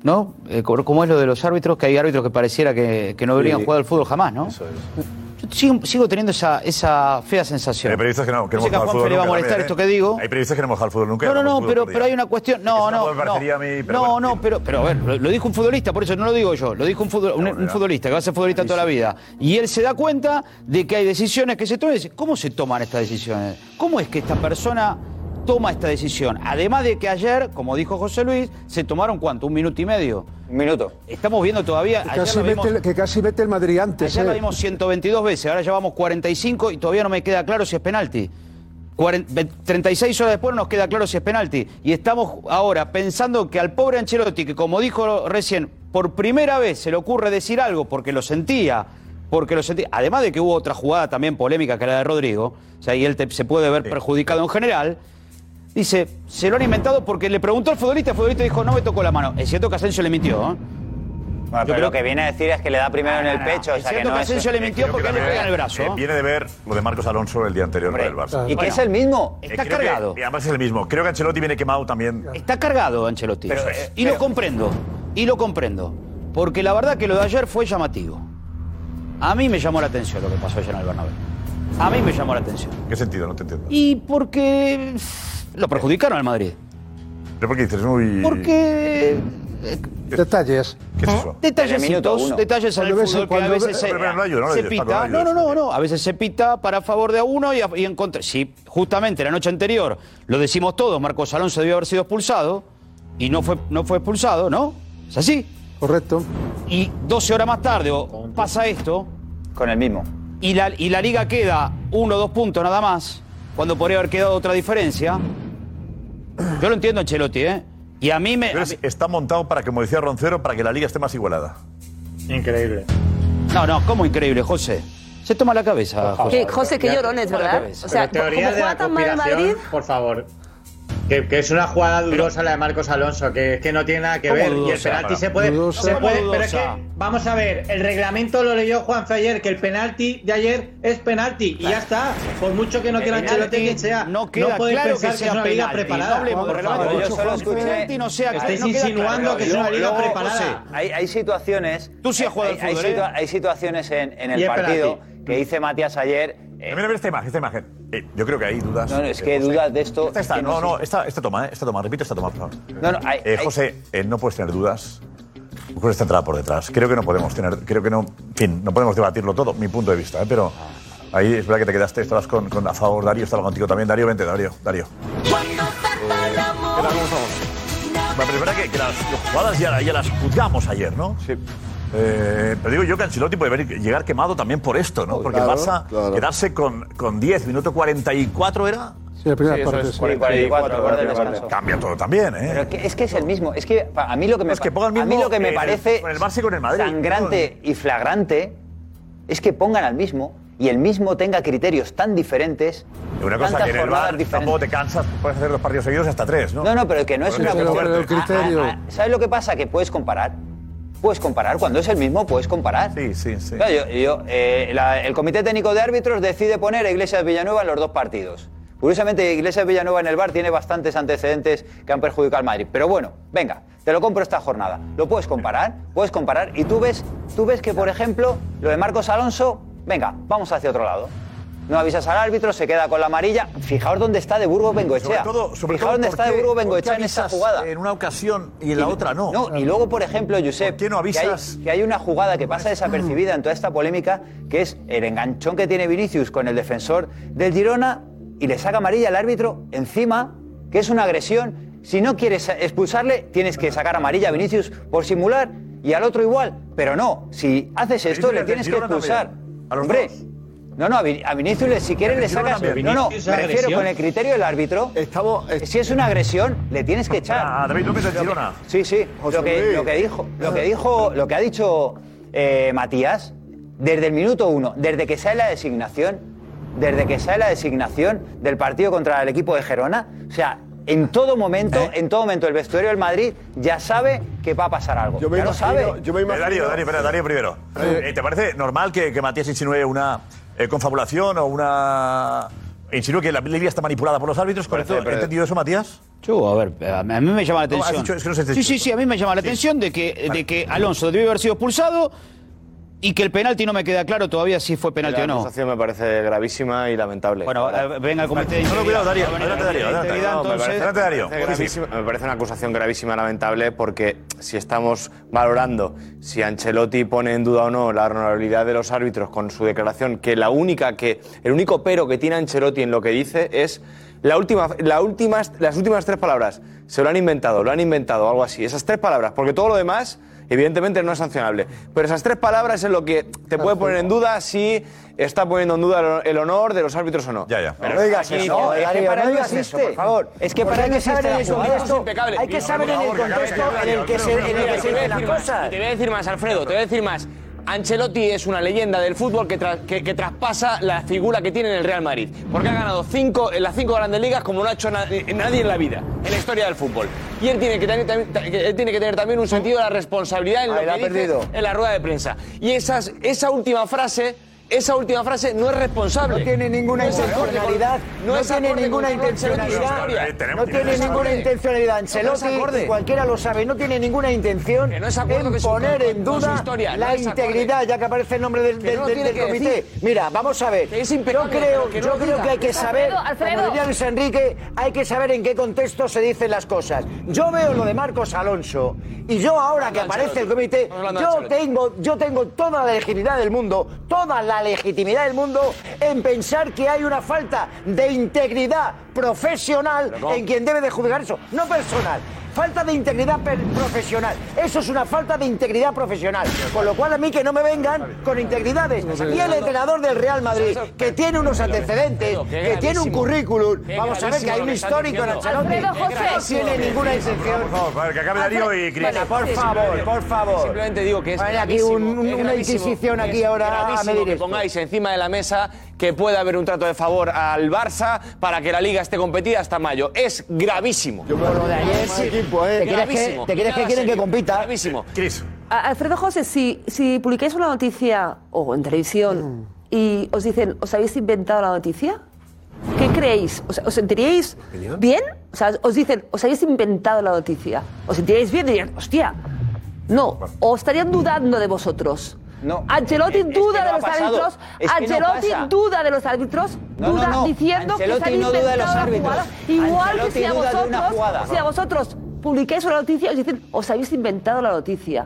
¿no? Eh, co- como es lo de los árbitros, que hay árbitros que pareciera que, que no deberían
Sí.
jugar al fútbol jamás, ¿no? Yo sigo, sigo teniendo esa, esa fea sensación.
Hay periodistas que no, que
Yo
no
sé
hemos
que a
jugado al
Juanfe
fútbol
le va a
nunca
molestar
también,
esto
¿eh?
que digo.
Hay periodistas que no hemos jugado al fútbol nunca.
No, no,
hablamos
no,
fútbol
pero,
otro día.
pero hay una cuestión. No,
Es una
no. No,
barbaridad a mí, pero
no,
bueno.
no, pero, pero a ver, lo, lo dijo un futbolista, por eso no lo digo yo, lo dijo un, futbol- un- un futbolista que va a ser futbolista toda la vida. Y él se da cuenta de que hay decisiones que se toman y dice, ¿cómo se toman estas decisiones? ¿Cómo es que esta persona toma esta decisión? Además de que ayer, como dijo José Luis, se tomaron cuánto, un minuto y medio. Un minuto. Estamos viendo todavía.
Que
ayer
casi,
lo vimos-
mete el, que casi mete el Madrid antes.
Ayer la
eh.
vimos 122 veces, ahora llevamos 45 y todavía no me queda claro si es penalti. Cuaren- ve- 36 horas después no nos queda claro si es penalti. Y estamos ahora pensando que al pobre Ancelotti, que como dijo recién, por primera vez se le ocurre decir algo porque lo sentía, porque lo sentía. Además de que hubo otra jugada también polémica que la de Rodrigo, o sea, y él te- se puede ver perjudicado en general. Dice, se lo han inventado porque le preguntó al futbolista, el futbolista dijo, no me tocó la mano. Es cierto que Asensio le mintió, ¿eh?
Yo
pero-
creo que viene a decir es que le da primero
Ah,
en el
no, no.
pecho. o
Es
sea que
cierto
no
que
es-
Asensio le mintió porque él le pega en el brazo.
Eh, viene de ver lo de Marcos Alonso el día anterior con el Barça.
y que es el mismo.
Eh,
Está
creo que-
cargado.
y además es el mismo. Creo que Ancelotti viene quemado también. eh,
Está cargado Ancelotti. y lo comprendo. Y lo comprendo. Porque la verdad que lo de ayer fue llamativo. A mí me llamó la atención lo que pasó ayer en el Bernabéu. A mí me llamó la atención.
¿En qué sentido? No te entiendo.
Y porque lo perjudicaron al Madrid.
¿Pero por qué dices? Muy...
Porque
Detalles.
¿Qué es eso?
Detallecitos, detalles en el
Cuando ves-
fútbol que a
cuando
veces
ves-
se,
Pero, pero no ayuda, no
eh, se
ayuda, Paco, no
pita.
ayuda.
No, no, no, no. A veces se pita para favor de uno y, a- y en contra. Si justamente la noche anterior lo decimos todos, Marcos Alonso debió haber sido expulsado y no fue, no fue expulsado, ¿no? Es así.
Correcto.
Y 12 horas más tarde o pasa esto. Con el mismo. Y la, y la liga queda uno o dos puntos nada más, cuando podría haber quedado otra diferencia. Yo lo entiendo, Ancelotti, ¿eh? Y a mí me.
Entonces, Está montado para, como decía Roncero, para que la liga esté más igualada.
Increíble.
No, no, ¿cómo increíble, José? Se toma la cabeza, José.
Que, José, que llorones,
Por la
¿verdad?
cabeza.
O sea,
Pero
como
teoría de
juega
la
tan mal el
conspiración,
Madrid,
por favor. Que, que es una jugada dudosa la de Marcos Alonso, que, que no tiene nada que
¿Cómo
ver. y el
dudosa?
penalti
Para.
se puede.
Dudosa.
se
¿Cómo
puede- pero es
dudosa?
que, vamos a ver, el reglamento lo leyó Juan ayer, que el penalti de ayer es penalti. Y ya está. Por mucho que no
El
quiera
penalti
Ancelotti quien sea,
no queda
podéis
claro que
pensar
sea
es una liga
penalti.
preparada.
No hablemos de
Por
reglamento,
favor.
yo solo escuché-
Penalti no sea-
eh, Estáis
no queda claro.
insinuando que es una
Luego-
liga
luego,
preparada.
José, hay, hay situaciones.
Tú sí has jugado
hay,
al
hay
fútbol, ¿eh?
situa- hay situaciones en, en
Y
el
es penalti.
partido que dice Matías ayer. eh,
Mira, mira esta imagen, esta imagen. Eh, yo creo que hay dudas.
No, no, es que
José.
dudas de esto-
Esta, esta,
que no
no, no,
existe.
esta, esta toma, eh, esta toma, repito esta toma, por favor.
No, no, hay-
Eh,
hay-
José, eh, no puedes tener dudas. Por esta entrada por detrás. Creo que no podemos tener. Creo que no. En fin, no podemos debatirlo todo, mi punto de vista, eh, pero. Ahí es verdad que te quedaste, estabas con, con a favor, Darío, estaba contigo también. Darío, vente, Darío, Darío. ¿Qué tal, cómo estamos? Bueno, pero es verdad que, que las, las jugadas ya, ya las juzgamos ayer, ¿no? Sí. Eh, pero digo yo que Ancelotti puede venir- llegar quemado también por esto, ¿no? Porque el
Claro,
Barça
claro.
quedarse con, con 10, minuto 44 era.
Sí, la primera parte. sí.
44, guarda el descanso.
Cambia todo también, ¿eh?
Pero es que, es que es el mismo. Es que pa- a mí lo que me,
Es que
pa-
ponga el
a mí
mismo
lo que me
en el-
parece
con el Barça y con el Madrid.
sangrante y flagrante es que pongan al mismo y el mismo tenga criterios tan diferentes.
Una cosa
tantas
que en el
jornadas
bar
diferentes.
tampoco te cansas, puedes hacer dos partidos seguidos hasta tres, ¿no?
No, no, pero que no es
Pero
una
pero-
cuestión.
pero el criterio.
¿Sabes lo que pasa? Que puedes comparar. Puedes comparar. Cuando es el mismo, puedes comparar.
Sí, sí, sí.
Claro, yo- yo, eh, la- el Comité Técnico de Árbitros decide poner a Iglesias Villanueva en los dos partidos. Curiosamente, Iglesias Villanueva en el bar tiene bastantes antecedentes que han perjudicado al Madrid. Pero bueno, venga, te lo compro esta jornada. Lo puedes comparar, puedes comparar. Y tú ves, tú ves que, por ejemplo, lo de Marcos Alonso, venga, vamos hacia otro lado. No avisas al árbitro, se queda con la amarilla. Fijaos dónde está de Burgos Bengoechea.
Sobre todo, sobre
Fijaos
todo,
dónde
¿por
está de
qué-
Burgos
por qué
Bengoechea en esa
avisas
jugada.
En una ocasión y en la otra no.
y luego, por ejemplo, Josep,
avisas?
Que, hay, que hay una jugada que pasa desapercibida en toda esta polémica, que es el enganchón que tiene Vinicius con el defensor del Girona y le saca amarilla al árbitro encima, que es una agresión. Si no quieres expulsarle, tienes que sacar amarilla a Vinicius por simular y al otro igual. Pero no, si haces esto,
Vinicius
le
del
tienes que
Girona
expulsar.
también. A los
Hombre, no, no, a Vin- a Vinicius le- si quieres
Del
le
Girona
sacas...
también.
No, no, me
Vinicius es
refiero
agresión.
con el criterio del árbitro. Eh,
Estamos,
si es una agresión, le tienes que echar.
Ah, David López del Girona.
Sí, sí.
José
Lo que,
Luis.
lo que dijo, lo que dijo, lo que ha dicho eh, Matías, desde el minuto uno, desde que sale la designación, desde que sale la designación del partido contra el equipo de Gerona, o sea, en todo momento, en todo momento, el vestuario del Madrid ya sabe que va a pasar algo.
Yo me
ya
imagino-
lo sabe.
yo me Eh, Darío, Darío, espera, Darío primero. Eh, ¿Te parece normal que, que Matías insinúe una eh, confabulación o una. insinúe que la Liga está manipulada por los árbitros? ¿Correcto?
pero-
¿He entendido eso, Matías?
Yo, a ver, a mí me llama la
No, has
atención.
dicho- es que no se te-
sí, sí, sí, a mí me llama la
Sí.
atención de que,
Vale.
de que Alonso debió haber sido expulsado y que el penalti no me queda claro todavía si fue penalti
la
o no.
acusación me parece gravísima y lamentable.
Bueno, eh, venga, como usted
No,
dice,
no, cuidado, Darío.
va a venir la
Adelante, Darío.
integridad,
Adelante, No, me
entonces-
parece-
Adelante, Darío.
me parece
Sí, sí.
gravísima- Me parece una acusación gravísima, lamentable, porque si estamos valorando si Ancelotti pone en duda o no la honorabilidad de los árbitros con su declaración, que la única que el único pero que tiene Ancelotti en lo que dice es la última, la últimas, las últimas tres palabras. Se lo han inventado, lo han inventado, algo así. Esas tres palabras, porque todo lo demás evidentemente no es sancionable. Pero esas tres palabras es lo que te puede poner en duda si está poniendo en duda el honor de los árbitros o no. Ya, ya.
No digas eso,
es que
Eh, Darío,
para
no
ello
digas
existe.
eso, por favor.
Es que para
Porque
ello
hay que
existe
saber en
la
el
jugada.
contexto- hay que saber en el contexto en el que se- en el que se dicen las cosas.
Y Te voy a decir más, Alfredo, te voy a decir más. Ancelotti es una leyenda del fútbol que, tra- que- que traspasa la figura que tiene en el Real Madrid. Porque ha ganado cinco, en las cinco grandes ligas como no ha hecho na- eh, nadie en la vida, en la historia del fútbol. Y él tiene que tener, también- ta- que- él tiene que tener también un sentido de la responsabilidad en lo
Ahí la
que
ha
dice
perdido.
en la rueda de prensa. Y esas, esa última frase, esa última frase no es responsable. No tiene ninguna
intencionalidad, no tiene ninguna intencionalidad.
intencionalidad.
No tiene ninguna
intencionalidad
Ancelotti, y
cualquiera lo sabe, no tiene ninguna intención en
poner en duda la integridad,
ya que aparece el nombre del,
del- del- del comité.
Mira, vamos a ver.
Yo creo, yo creo que hay que saber, como diría Luis Enrique, hay que saber en qué contexto se dicen las cosas. Yo veo lo de Marcos Alonso y yo ahora
Hablando
que
de
aparece el
Ancelotti.
comité,
Estamos hablando de
yo
Ancelotti.
tengo, yo tengo toda la legitimidad del mundo, toda la legitimidad del mundo en pensar que hay una falta de integridad profesional en quien debe de juzgar eso, no personal. Falta de integridad per- profesional. Eso es una falta de integridad profesional. Con lo cual a mí que no me vengan con integridades. Y el entrenador del Real Madrid, que tiene unos antecedentes, que tiene un currículum. Vamos a ver que hay un histórico en Ancelotti. No tiene ninguna intención.
Por favor, a ver, que acabe Darío y Cris.
Vale, por favor, por favor.
Simplemente digo que es
Vale, aquí
gravísimo,
un- un-
es
una
gravísimo,
inquisición
es
aquí ahora ah, a
gravísimo
medir
que
esto.
pongáis encima de la mesa que pueda haber un trato de favor al Barça para que la Liga esté competida hasta mayo. Es gravísimo.
Lo de ayer sí. ¿Te quieres que,
Gravísimo.
te quieres que
Nada
quieren que
serio.
compita?
Gravísimo.
A- Alfredo José, si, si publicáis una noticia o en televisión y os dicen, ¿os habéis inventado la noticia? ¿Qué creéis? O sea, ¿Os sentiríais bien? O sea, os dicen, ¿os habéis inventado la noticia? ¿Os sentiríais bien? Dirían, hostia, no. ¿O estarían dudando de vosotros? No. Ancelotti
Es- es que
duda
no
de
ha
los
pasado.
árbitros.
Es que no
Ancelotti
pasa.
duda de los árbitros.
No, no,
duda
no.
diciendo que se
Ancelotti
han
no duda de los
inventado la
árbitros.
jugada. Igual
Ancelotti
que si a
duda de una jugada.
vosotros, si a vosotros publicáis una noticia y os dicen, os habéis inventado la noticia.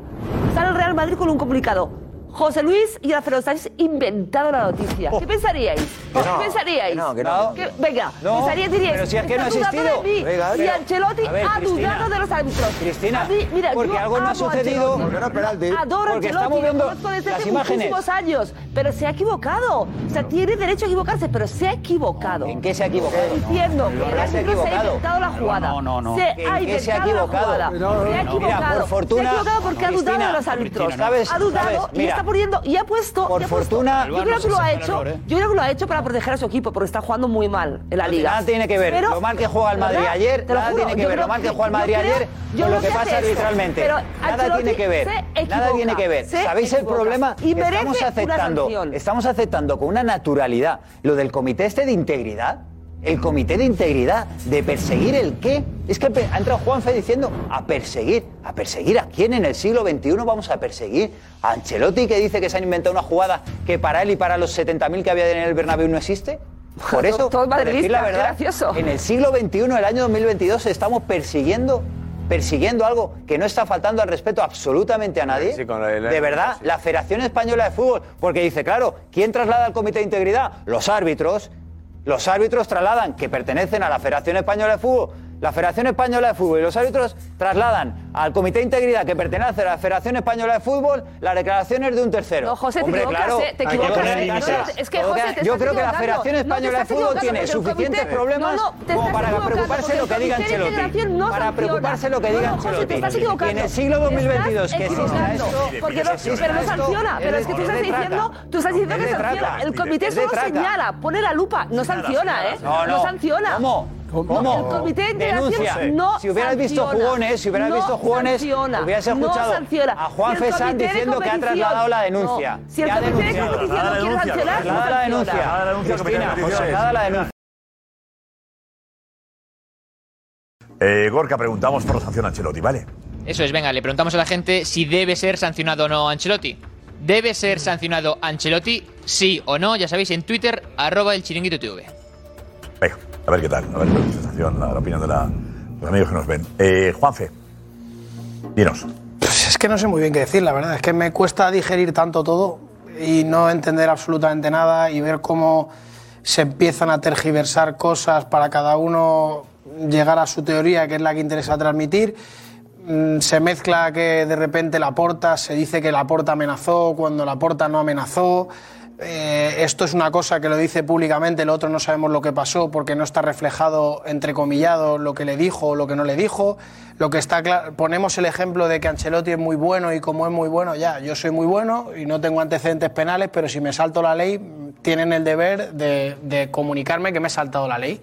Sale el Real Madrid con un comunicado. José Luis y Alfredo Sánchez inventado la noticia. ¿Qué pensaríais?
Oh. Que no,
¿Qué pensaríais?
que no, que no.
¿Qué- venga,
No,
pensaríais, diríais,
pero si es que
"Está
no ha
dudando de
existido".
mí.
Venga,
y
pero-
Ancelotti
a ver,
ha
Cristina.
dudado de los árbitros.
Cristina,
A mí, mira,
porque
yo
algo no ha
amo a
sucedido.
Ancelotti.
Porque no es penalti.
Adoro a
Porque
Ancelotti,
estamos
lo
viendo
conozco desde
las
hace
imágenes.
muchísimos años, pero se ha equivocado. O sea, tiene derecho a equivocarse, pero se ha equivocado. ¿En
qué se ha equivocado?
Diciendo
No,
que el
no se ha
árbitro se ha
equivocado.
inventado la jugada.
No, no, no.
Se
¿En
ha
qué se ha
inventado la
equivocado?
jugada.
No, no,
Se ha
no.
equivocado.
Mira, por
Se
fortuna-
ha equivocado porque ha dudado
Cristina,
de los árbitros.
Cristina, no. ¿Sabes?
Ha dudado
¿Sabes?
y
Mira.
está poniendo y ha puesto.
Por
y ha puesto-
fortuna-
Yo creo que lo ha
El
hecho.
error, ¿eh?
Yo creo que lo ha hecho para proteger a su equipo porque está jugando muy mal en la
No,
liga.
Nada tiene que ver.
Pero-
lo mal que juega el Madrid
¿verdad?
ayer,
Te lo
nada
juro,
tiene que
yo
ver. Lo
creo
mal que
que-
juega el
yo
Madrid
creo-
ayer
yo
con lo
lo
que
que hace
pasa
esto.
arbitralmente.
Pero
nada
Ancelotti
tiene que ver.
se
Nada
equivoca,
tiene que ver.
se
¿Sabéis el
equivoca.
problema?
Y
Que estamos
merece una
aceptando,
sanción.
estamos aceptando con una naturalidad lo del comité este de integridad. El comité de integridad, de perseguir el qué. Es que pe- ha entrado Juanfe diciendo a perseguir. ¿A perseguir a quién en el siglo XXI vamos a perseguir? ¿A Ancelotti que dice que se han inventado una jugada que para él y para los 70.000 que había en el Bernabéu no existe? Por
<laughs>
eso,
Todo
por decir la
madridista, qué
verdad,
gracioso.
en el siglo XXI, el año 2022, estamos persiguiendo, persiguiendo algo que no está faltando al respeto absolutamente a nadie.
Sí, con lo del-
de verdad,
sí.
la Federación Española de Fútbol, porque dice, claro, ¿quién traslada al Comité de Integridad? Los árbitros. Los árbitros trasladan, que pertenecen a la Federación Española de Fútbol. La Federación Española de Fútbol y los árbitros trasladan al Comité de Integridad que pertenece a la Federación Española de Fútbol las declaraciones de un tercero.
No, José, te
Hombre,
equivocas,
claro,
eh, te
hay que
equivocas.
poner
No,
límites.
es que,
Todo
José,
queda-
te
Yo
estás
creo que la
equivocando.
Federación
No, te
Española de
estás
Fútbol
equivocando
tiene
porque el
suficientes
comité-
problemas
No, no, te
como
estás
para
equivocando
preocuparse
porque
lo que
el
diga
comité de
Ancelotti.
integración
Para
no sanciona.
preocuparse lo que
No,
diga
no, José, te
Ancelotti.
estás
Y en
equivocando.
el siglo 2022
Te
que
estás
exista
equivocando,
esto,
porque no-
exista
pero no
esto,
sanciona, pero es que tú
de
estás
trata.
diciendo, tú estás diciendo
Es
que
de trata.
sanciona. El comité
Es de
solo
trata.
señala, pone la lupa, no sanciona, ¿eh?
No, no.
sanciona.
¿Cómo? ¿Cómo?
El comité de
Denuncia.
integración no
Si hubieras visto
sanciona.
jugones, si hubieras
No
visto jugones,
sanciona.
hubieras escuchado
No sanciona.
a Juan
Si el
Fesán
comité de
diciendo que ha
competición-
trasladado la denuncia.
No. Si el
Que ha
comité de
denunciado.
competición no quiere sancionar, no
Traslada la denuncia.
sanciona.
Traslada la denuncia. Cristina, José, traslada la denuncia.
Eh, Gorka, preguntamos por la sanción a Ancelotti, ¿vale?
Eso es, venga, le preguntamos a la gente si debe ser sancionado o no Ancelotti. ¿Debe ser sancionado Ancelotti? Sí o no, ya sabéis, en Twitter, arroba el chiringuito TV.
Venga, a ver qué tal, a ver cuál es la sensación, la, la opinión de la- los amigos que nos ven. Eh, Juanfe, dinos.
Pues es que no sé muy bien qué decir, la verdad. Es que me cuesta digerir tanto todo y no entender absolutamente nada y ver cómo se empiezan a tergiversar cosas para cada uno llegar a su teoría, que es la que interesa transmitir. Mm, Se mezcla que de repente la porta, se dice que la porta amenazó cuando la porta no amenazó. Eh, esto es una cosa que lo dice públicamente, el otro no sabemos lo que pasó porque no está reflejado, entrecomillado, lo que le dijo o lo que no le dijo. Lo que está cla- ponemos el ejemplo de que Ancelotti es muy bueno y como es muy bueno, ya, yo soy muy bueno y no tengo antecedentes penales, pero si me salto la ley, mm, tienen el deber de, de comunicarme que me he saltado la ley.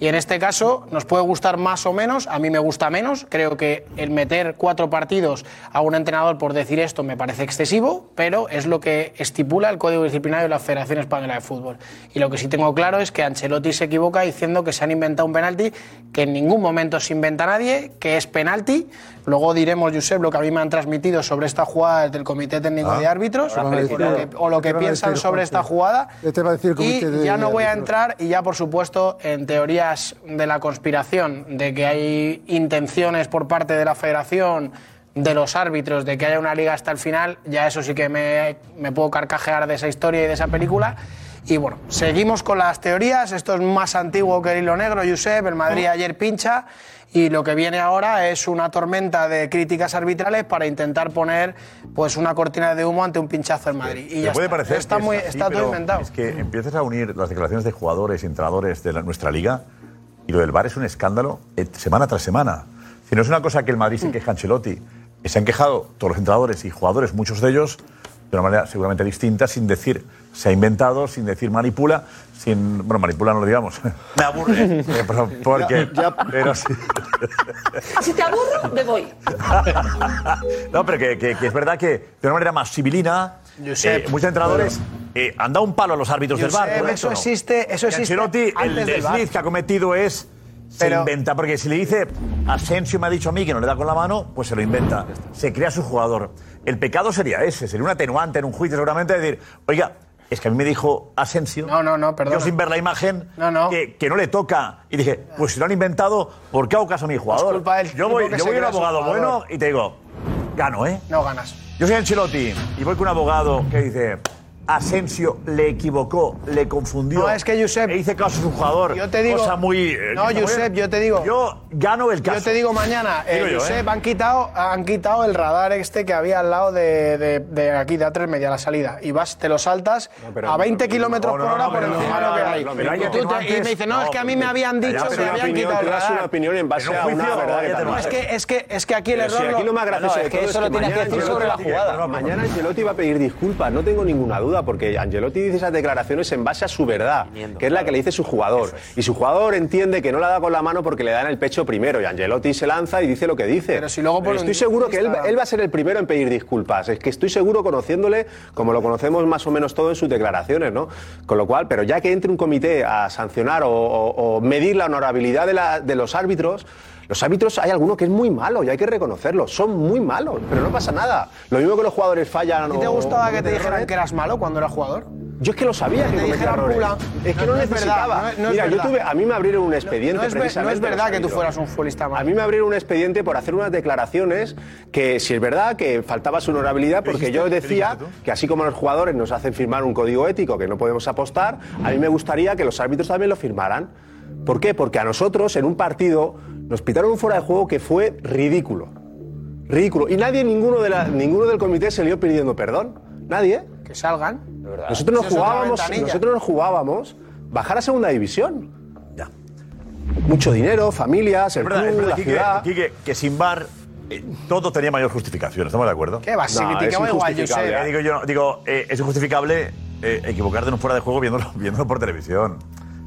Y en este caso nos puede gustar más o menos, a mí me gusta menos, creo que el meter cuatro partidos a un entrenador por decir esto me parece excesivo, pero es lo que estipula el Código Disciplinario de la Federación Española de Fútbol. Y lo que sí tengo claro es que Ancelotti se equivoca diciendo que se han inventado un penalti, que en ningún momento se inventa nadie, que es penalti. Luego diremos, Josep, lo que a mí me han transmitido sobre esta jugada del Comité Técnico
Ah,
de Árbitros,
te van a
o lo
decir-
que- o lo
te
que
van a
piensan
decir,
sobre
Jorge.
esta jugada.
Ya te va a decir el comité
Y
de
ya no voy a
árbitros.
entrar, y ya por supuesto, en teorías de la conspiración, de que hay intenciones por parte de la federación, de los árbitros, de que haya una liga hasta el final, ya eso sí que me, me puedo carcajear de esa historia y de esa película. Y bueno, seguimos con las teorías. Esto es más antiguo que el hilo negro, Josep. El Madrid ayer pincha. Y lo que viene ahora es una tormenta de críticas arbitrales para intentar poner pues una cortina de humo ante un pinchazo en Madrid. Y
Me
ya
puede
está.
parecer
Está
que es
muy-
así,
está todo
pero
inventado.
Es que empiezas a unir las declaraciones de jugadores y entrenadores de la- nuestra liga y lo del VAR es un escándalo eh, semana tras semana. Si no es una cosa que el Madrid se queja a Ancelotti, eh, se han quejado todos los entrenadores y jugadores, muchos de ellos, de una manera seguramente distinta, sin decir se ha inventado, sin decir manipula, sin. Bueno, manipula no lo digamos. Me <laughs> aburre. porque. Pero sí.
Si te aburro, me voy.
No, pero que, que- que es verdad que de una manera más civilina, eh, muchos entrenadores eh, han dado un palo a los árbitros del bar.
Josep,
¿correcto
eso
o no?
existe- eso
Y
existe
Ancelotti, el
antes del VAR.
desliz que ha cometido es. Se
Pero-
inventa, porque si le dice Asensio me ha dicho a mí que no le da con la mano, pues se lo inventa. Se crea su jugador. El pecado sería ese, sería un atenuante en un juicio seguramente decir, oiga, es que a mí me dijo Asensio, no, no, no, yo sin ver la imagen, Que, que no le toca. Y dije, pues si lo han inventado, ¿por qué hago caso a mi jugador?
culpa del
yo
tipo
voy,
que se
yo voy a un
crea su
abogado
jugador.
bueno y te digo, gano, ¿eh?
No ganas.
Yo soy Ancelotti y voy con un abogado que dice. Asensio le equivocó, le confundió. No, es que Josep. Le hice caso a su jugador.
Yo te digo.
Cosa muy. eh,
no,
cosa muy-
Josep, yo te digo.
Yo gano el caso.
Yo te digo mañana, eh,
Digo yo,
Josep,
¿eh?
han, quitado, han quitado el radar este que había al lado de, de- de aquí, de A3 Media, la salida. Y vas, te lo saltas a 20 kilómetros por hora por el humano que hay. Y tú te- Y me dice, no, es que a mí me habían dicho que habían quitado el
das una
radar.
opinión en base a una verdad de
No, es que, es, que, es que aquí el
Pero
error.
si aquí lo más gracioso de todo es mañana Ancelotti- Mañana Ancelotti va a pedir disculpas, no tengo ninguna duda, porque Angelotti dice esas declaraciones en base a su verdad, que es la que le dice su jugador. Y su jugador entiende que no la da con la mano porque le da en el pecho primero. Y Angelotti se lanza y dice lo que dice. Pero
por
estoy
un
seguro que él,
Instagram.
él va a ser el primero en pedir disculpas. Es que estoy seguro conociéndole, como lo conocemos más o menos todo en sus declaraciones, ¿no? Con lo cual, pero ya que entre un comité a sancionar o, o- o medir la honorabilidad de, la- de los árbitros. Los árbitros hay alguno que es muy malo y hay que reconocerlo. Son muy malos, pero no pasa nada. Lo mismo que los jugadores fallan.
¿Te
o-
gustaba
o
que te
cometen
dijeran
errores.
que eras malo cuando eras jugador?
Yo es que lo sabía que
Te
cometía
dijeran
errores.
pula.
Es que no,
es verdad,
necesitaba.
no es- no es
Mira, yo
verdad.
tuve, a mí me abrieron un expediente
no es ver- no es
precisamente,
verdad
los
que tú
árbitros.
fueras un futbolista
A mí me abrieron un expediente por hacer unas declaraciones que, si es verdad, que faltaba su honorabilidad, porque yo decía que así como los jugadores nos hacen firmar un código ético que no podemos apostar, a mí me gustaría que los árbitros también lo firmaran. ¿Por qué? Porque a nosotros, en un partido, nos pitaron un fuera de juego que fue ridículo. Ridículo. Y nadie, ninguno, de la- ninguno del comité se le dio pidiendo perdón. Nadie. ¿eh?
Que salgan.
Nosotros nos
Eso es otra
jugábamos,
ventanilla.
nosotros nos jugábamos bajar a segunda división. Mucho dinero, familias, el
Es verdad, es
club,
verdad,
la
Quique,
ciudad.
Quique, que sin bar todo tenía mayor justificación, ¿estamos de acuerdo?
¿Qué vas? Si No, criticaba es igual, injustificable. Josep.
Eh, Digo, yo, digo eh, es injustificable eh, equivocarte en un fuera de juego viéndolo, <laughs> viéndolo por televisión.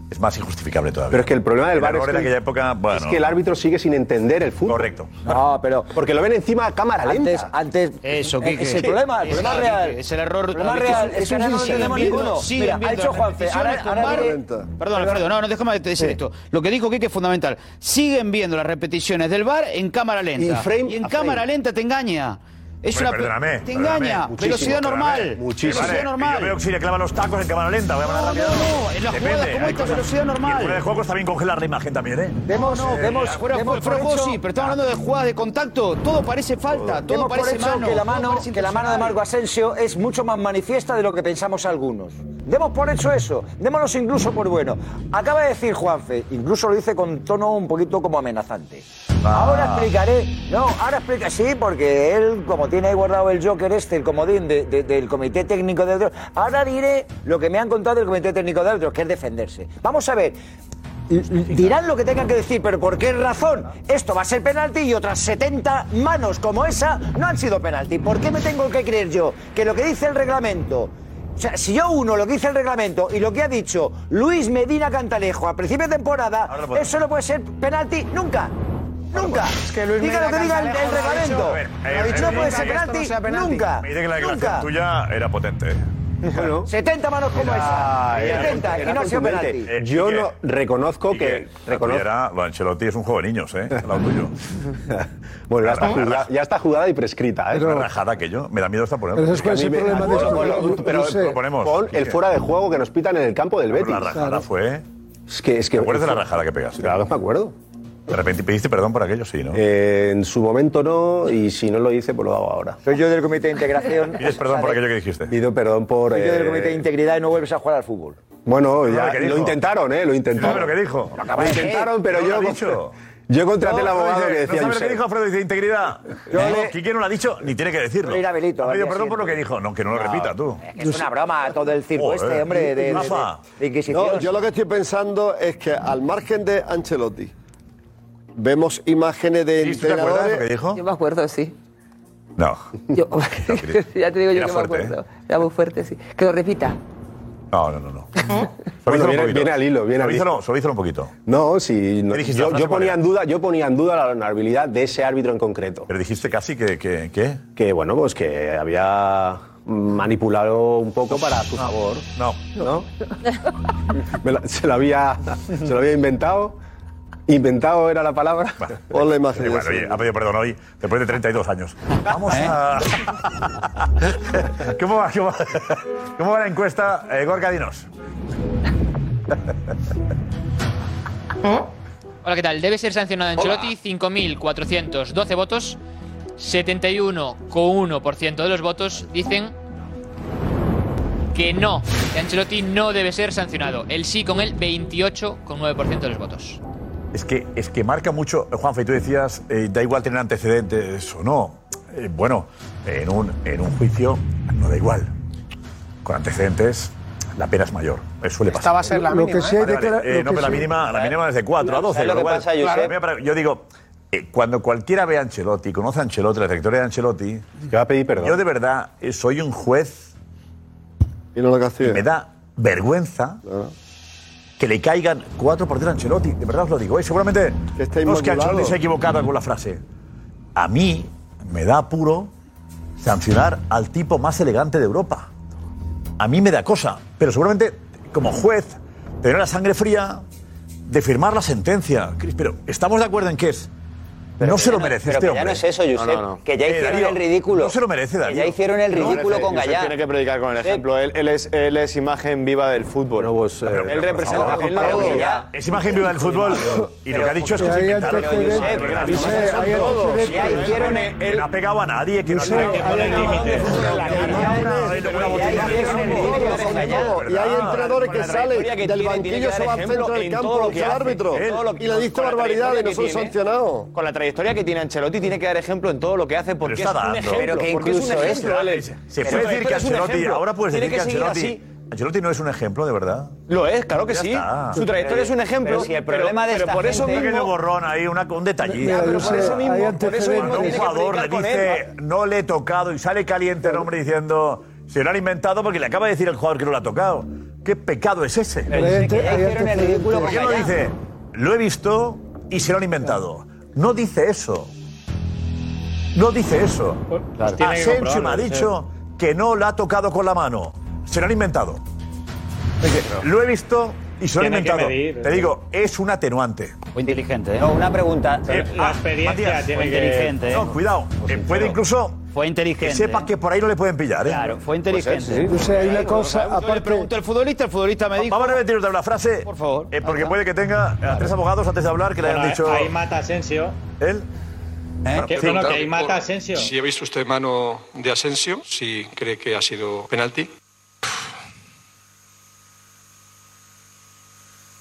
Es más injustificable todavía.
Pero es que el problema del VAR es
error
que-
en aquella época, bueno, eh, Ah.
Es que el árbitro sigue sin entender el fútbol. Correcto.
No, pero.
Porque lo ven encima a cámara lenta.
Antes, antes
Eso,
eh,
Quique. Ah,
es el problema, el
Es
problema
el-
real.
es el error-
El problema
es que
real
es
es que
un
ahora no lo
siguen
entendemos
viendo,
ninguno.
siguen
Mira, ha
viene
hecho Juanfe. Ahora, ahora viene-
Perdón, Alfredo, no, no, déjame decir esto. Lo que dijo Kike es fundamental. Siguen viendo las repeticiones del VAR en cámara lenta.
Y frame
en
a
cámara
frame.
lenta te engaña. Es
Hombre,
una,
perdóname,
te
perdóname.
engaña.
Muchísimo,
Velocidad
perdóname.
normal.
Muchísimo.
Velocidad
Vale,
normal.
Yo veo que si le clavan los tacos en cámara lenta, voy a parar
No,
rápido.
no, no, en las jugadas,
Depende,
¿cómo
hay
esta
cosas-
velocidad normal?
Y el fuera de juego está bien congelar la imagen también, ¿eh?
Demos, no, demos,
fuera de juego,
demos por
fuera de juego
hecho-
sí, pero estamos hablando de jugadas de contacto. Todo parece falta, todo
Hemos por
parece
hecho
mano.
que la
todo
mano,
parece
que la mano de
intencional.
Marco Asensio es mucho más manifiesta de lo que pensamos algunos. Demos por hecho eso, démonos incluso por bueno. Acaba de decir Juanfe, incluso lo dice con tono un poquito como amenazante. Ahora explicaré, no, ahora explica, sí, porque él, como tiene ahí guardado el Joker este, el comodín de- de- del comité técnico de otros, ahora diré lo que me han contado del comité técnico de otros, que es defenderse. Vamos a ver, Dirán lo que tengan que decir, pero ¿por qué razón? Esto va a ser penalti y otras 70 manos como esa no han sido penalti. ¿Por qué me tengo que creer yo que lo que dice el reglamento... O sea, si yo uno lo que dice el reglamento y lo que ha dicho Luis Medina Cantalejo a principio de temporada, eso no puede ser penalti nunca. Nunca. diga lo que diga el, el reglamento.
Eh,
Lo dicho
eh,
no puede
dice
ser
que esto no
penalti,
sea penalti.
nunca.
Me dice que la declaración
nunca.
tuya era potente.
70 manos como esa.
Ah, era-
70 y no ha sido penalti.
Eh,
Yo
Quique,
no reconozco que.
Quique, la
reconozco-
tuya era- bueno, Ancelotti es un juego de niños, ¿eh? Al lado tuyo.
<laughs> bueno, ya está,
Ra-
jugada, ya está jugada y prescrita. ¿eh?
Es una rajada aquello. Me da miedo hasta ponerlo.
Pero es que a mí me- Bueno, bueno, pero
lo ponemos.
Con el
Quique.
fuera de juego que nos pitan en el campo del Betis.
La rajada fue.
Es que, es que
¿Te acuerdas de la rajada que pegaste?
Claro, me acuerdo.
De repente pediste perdón por aquello, sí, ¿no?
Eh, en su momento no, y si no lo hice, pues lo hago ahora.
Soy yo del Comité de Integración.
<laughs> Pides perdón por aquello que dijiste.
Pido perdón por.
Yo del
eh,
Comité de Integridad y no vuelves a jugar al fútbol.
Bueno,
No,
ya,
lo que
lo,
dijo.
intentaron, ¿eh? Lo intentaron.
No, pero
¿Qué dijo?
Lo intentaron, pero yo,
lo he
con-
dicho.
yo contraté al
No,
abogado
dice-
que
¿No
decía
sabes lo que
Josep.
dijo Alfredo? Dice integridad.
Yo
No,
le-
Quique no lo ha dicho, ni tiene que decirlo.
Yo le iré a Belito,
Ha
al
pedido
día
perdón por lo que dijo. No, que no lo repita tú.
Es una broma todo el circo
Joder.
este, hombre, de, de- de-
Rafa.
de Inquisición.
No, yo lo que estoy pensando es que al margen de Ancelotti, vemos imágenes de entrenadores.
Yo me acuerdo, sí.
<laughs> No.
Yo- ya te digo yo
Era
que
fuerte,
me acuerdo. Era muy fuerte, sí. Que lo repita.
No, no, no. no.
Bueno,
Suavízalo un
viene-
poquito.
viene al hilo, viene al hilo.
Suavízalo, suavízalo un poquito.
No, si no-
¿Qué dijiste? La
yo,
frase
yo ponía
cuál
en duda, yo ponía en duda la honorabilidad de ese árbitro en concreto.
Pero dijiste casi que que,
que bueno, pues que había manipulado un poco para su favor.
No,
no. <laughs> Me la- se lo había se lo había inventado. Inventado era la palabra. Pon la imagen
Igual,
de
oye,
ese.
ha pedido perdón hoy, después de 32 años. Vamos a. <laughs> ¿Cómo va, cómo va- cómo va la encuesta, eh, Gorka Dinos?
Hola, ¿qué tal? Debe ser sancionado Ancelotti, 5.412 votos. 71,1% de los votos dicen que no, que Ancelotti no debe ser sancionado. El sí con el 28,9% de los votos.
Es que, es que marca mucho, Juanfe, y tú decías, eh, da igual tener antecedentes o no. Eh, bueno, en un, en un juicio no da igual. Con antecedentes la pena es mayor. Eso suele pasar.
Esta va a ser la Lo mínima, que sí hay
Vale,
que
vale.
aclarar-
Eh,
lo
no,
que
pero la
sí-
mínima, la mínima es de 4 a 12.
¿Sabes lo
con
que
cual-
pasa, Josep?
A mí me pare- Yo digo, eh, cuando cualquiera ve a Ancelotti, conoce a Ancelotti, la trayectoria de Ancelotti,
va a pedir perdón.
Yo de verdad eh, soy un juez
y, no lo
me da vergüenza que le caigan 4 por 3 a Ancelotti. De verdad os lo digo. eh. seguramente no es que
inmaculado.
Ancelotti se ha equivocado con la frase. A mí me da apuro sancionar al tipo más elegante de Europa. A mí me da cosa, pero seguramente como juez, tener la sangre fría de firmar la sentencia. Cris, Pero estamos de acuerdo en que es. no
que
se
ya
lo
no-
merece
pero
este
que ya
hombre. Eh,
no es eso, Josep, que ya hicieron el
ridículo. No se lo merece, Darío.
ya hicieron el
No,
ridículo
Josep-
con
Josep
Gallá.
tiene que predicar
Eh,
con el ejemplo. Él, él es, él es imagen viva del fútbol. él representa. él no- Pues ya.
Es imagen viva del fútbol y lo que ha dicho es que se
Pero
inventaron.
hay antecedentes,
Pero
Josep,
son
hay
todos.
antecedentes.
Ya hicieron el- Que no ha pegado a nadie, que no ha
Y hay entrenadores que salen
trayectoria que
del
tiene, tiene que
banquillo,
dar
se van
ejemplo
centro del
en
campo,
todo lo
los
que hace.
árbitros.
Él,
Y le diste
con la
barbaridades, no son
trayectoria que tiene,
sancionados.
Con la trayectoria que tiene Ancelotti tiene que dar ejemplo en todo lo que hace porque
está
es un
dando.
ejemplo.
Pero que
porque es un
incluso
ejemplo,
es-
él es-
Se
pero-
puede
pero
decir que
es un
Ancelotti,
ejemplo.
ahora puedes
Tiene
decir que
seguir
Ancelotti.
así.
Ancelotti no es un ejemplo, de verdad.
Lo es, claro que
Ya
sí.
está.
Su trayectoria es un ejemplo.
Pero si el problema de
pero
esta
por eso
gente-
mismo-
Un pequeño borrón ahí, una, un detallito.
Ya, pero
Mira,
por
yo sé,
eso mismo,
hay
por
antecedentes.
eso mismo
Cuando un
tiene que
jugador le
predicar con
dice, no le he tocado, y sale caliente el hombre diciendo, se lo han inventado porque le acaba de decir el jugador que no lo ha tocado. ¿Qué pecado es ese?
Pero dice que ya Hay hicieron el antecedentes. ridículo
¿Por qué no
con Gallá?
dice, lo he visto y se lo han inventado? No dice eso. No dice eso.
Claro. Pues Tiene que
Asensio me ha
comprobarlo,
dicho que no lo ha tocado con la mano. Se lo han inventado. Es que Lo he visto y se lo han
Tiene que
inventado.
medir,
eh.
Te
sí.
digo, es un atenuante.
O inteligente, ¿eh? No, una pregunta.
ah, Matías, fue
inteligente, ¿eh?
No, cuidado. eh, puede
pero-
incluso
Fue inteligente.
que sepa que por ahí no le pueden pillar. ¿eh?
Claro, fue inteligente.
Yo sé, hay una cosa,
Le pregunto al futbolista, el futbolista me dijo.
Vamos a repetir otra la frase. Por favor. porque puede que tenga a tres abogados antes de hablar que le hayan
Bueno,
dicho.
Ahí mata Asensio.
¿Él?
Que,
Sí,
bueno, que
claro,
ahí
por-
mata Asensio.
Si ha visto usted mano de Asensio, si cree que ha sido penalti.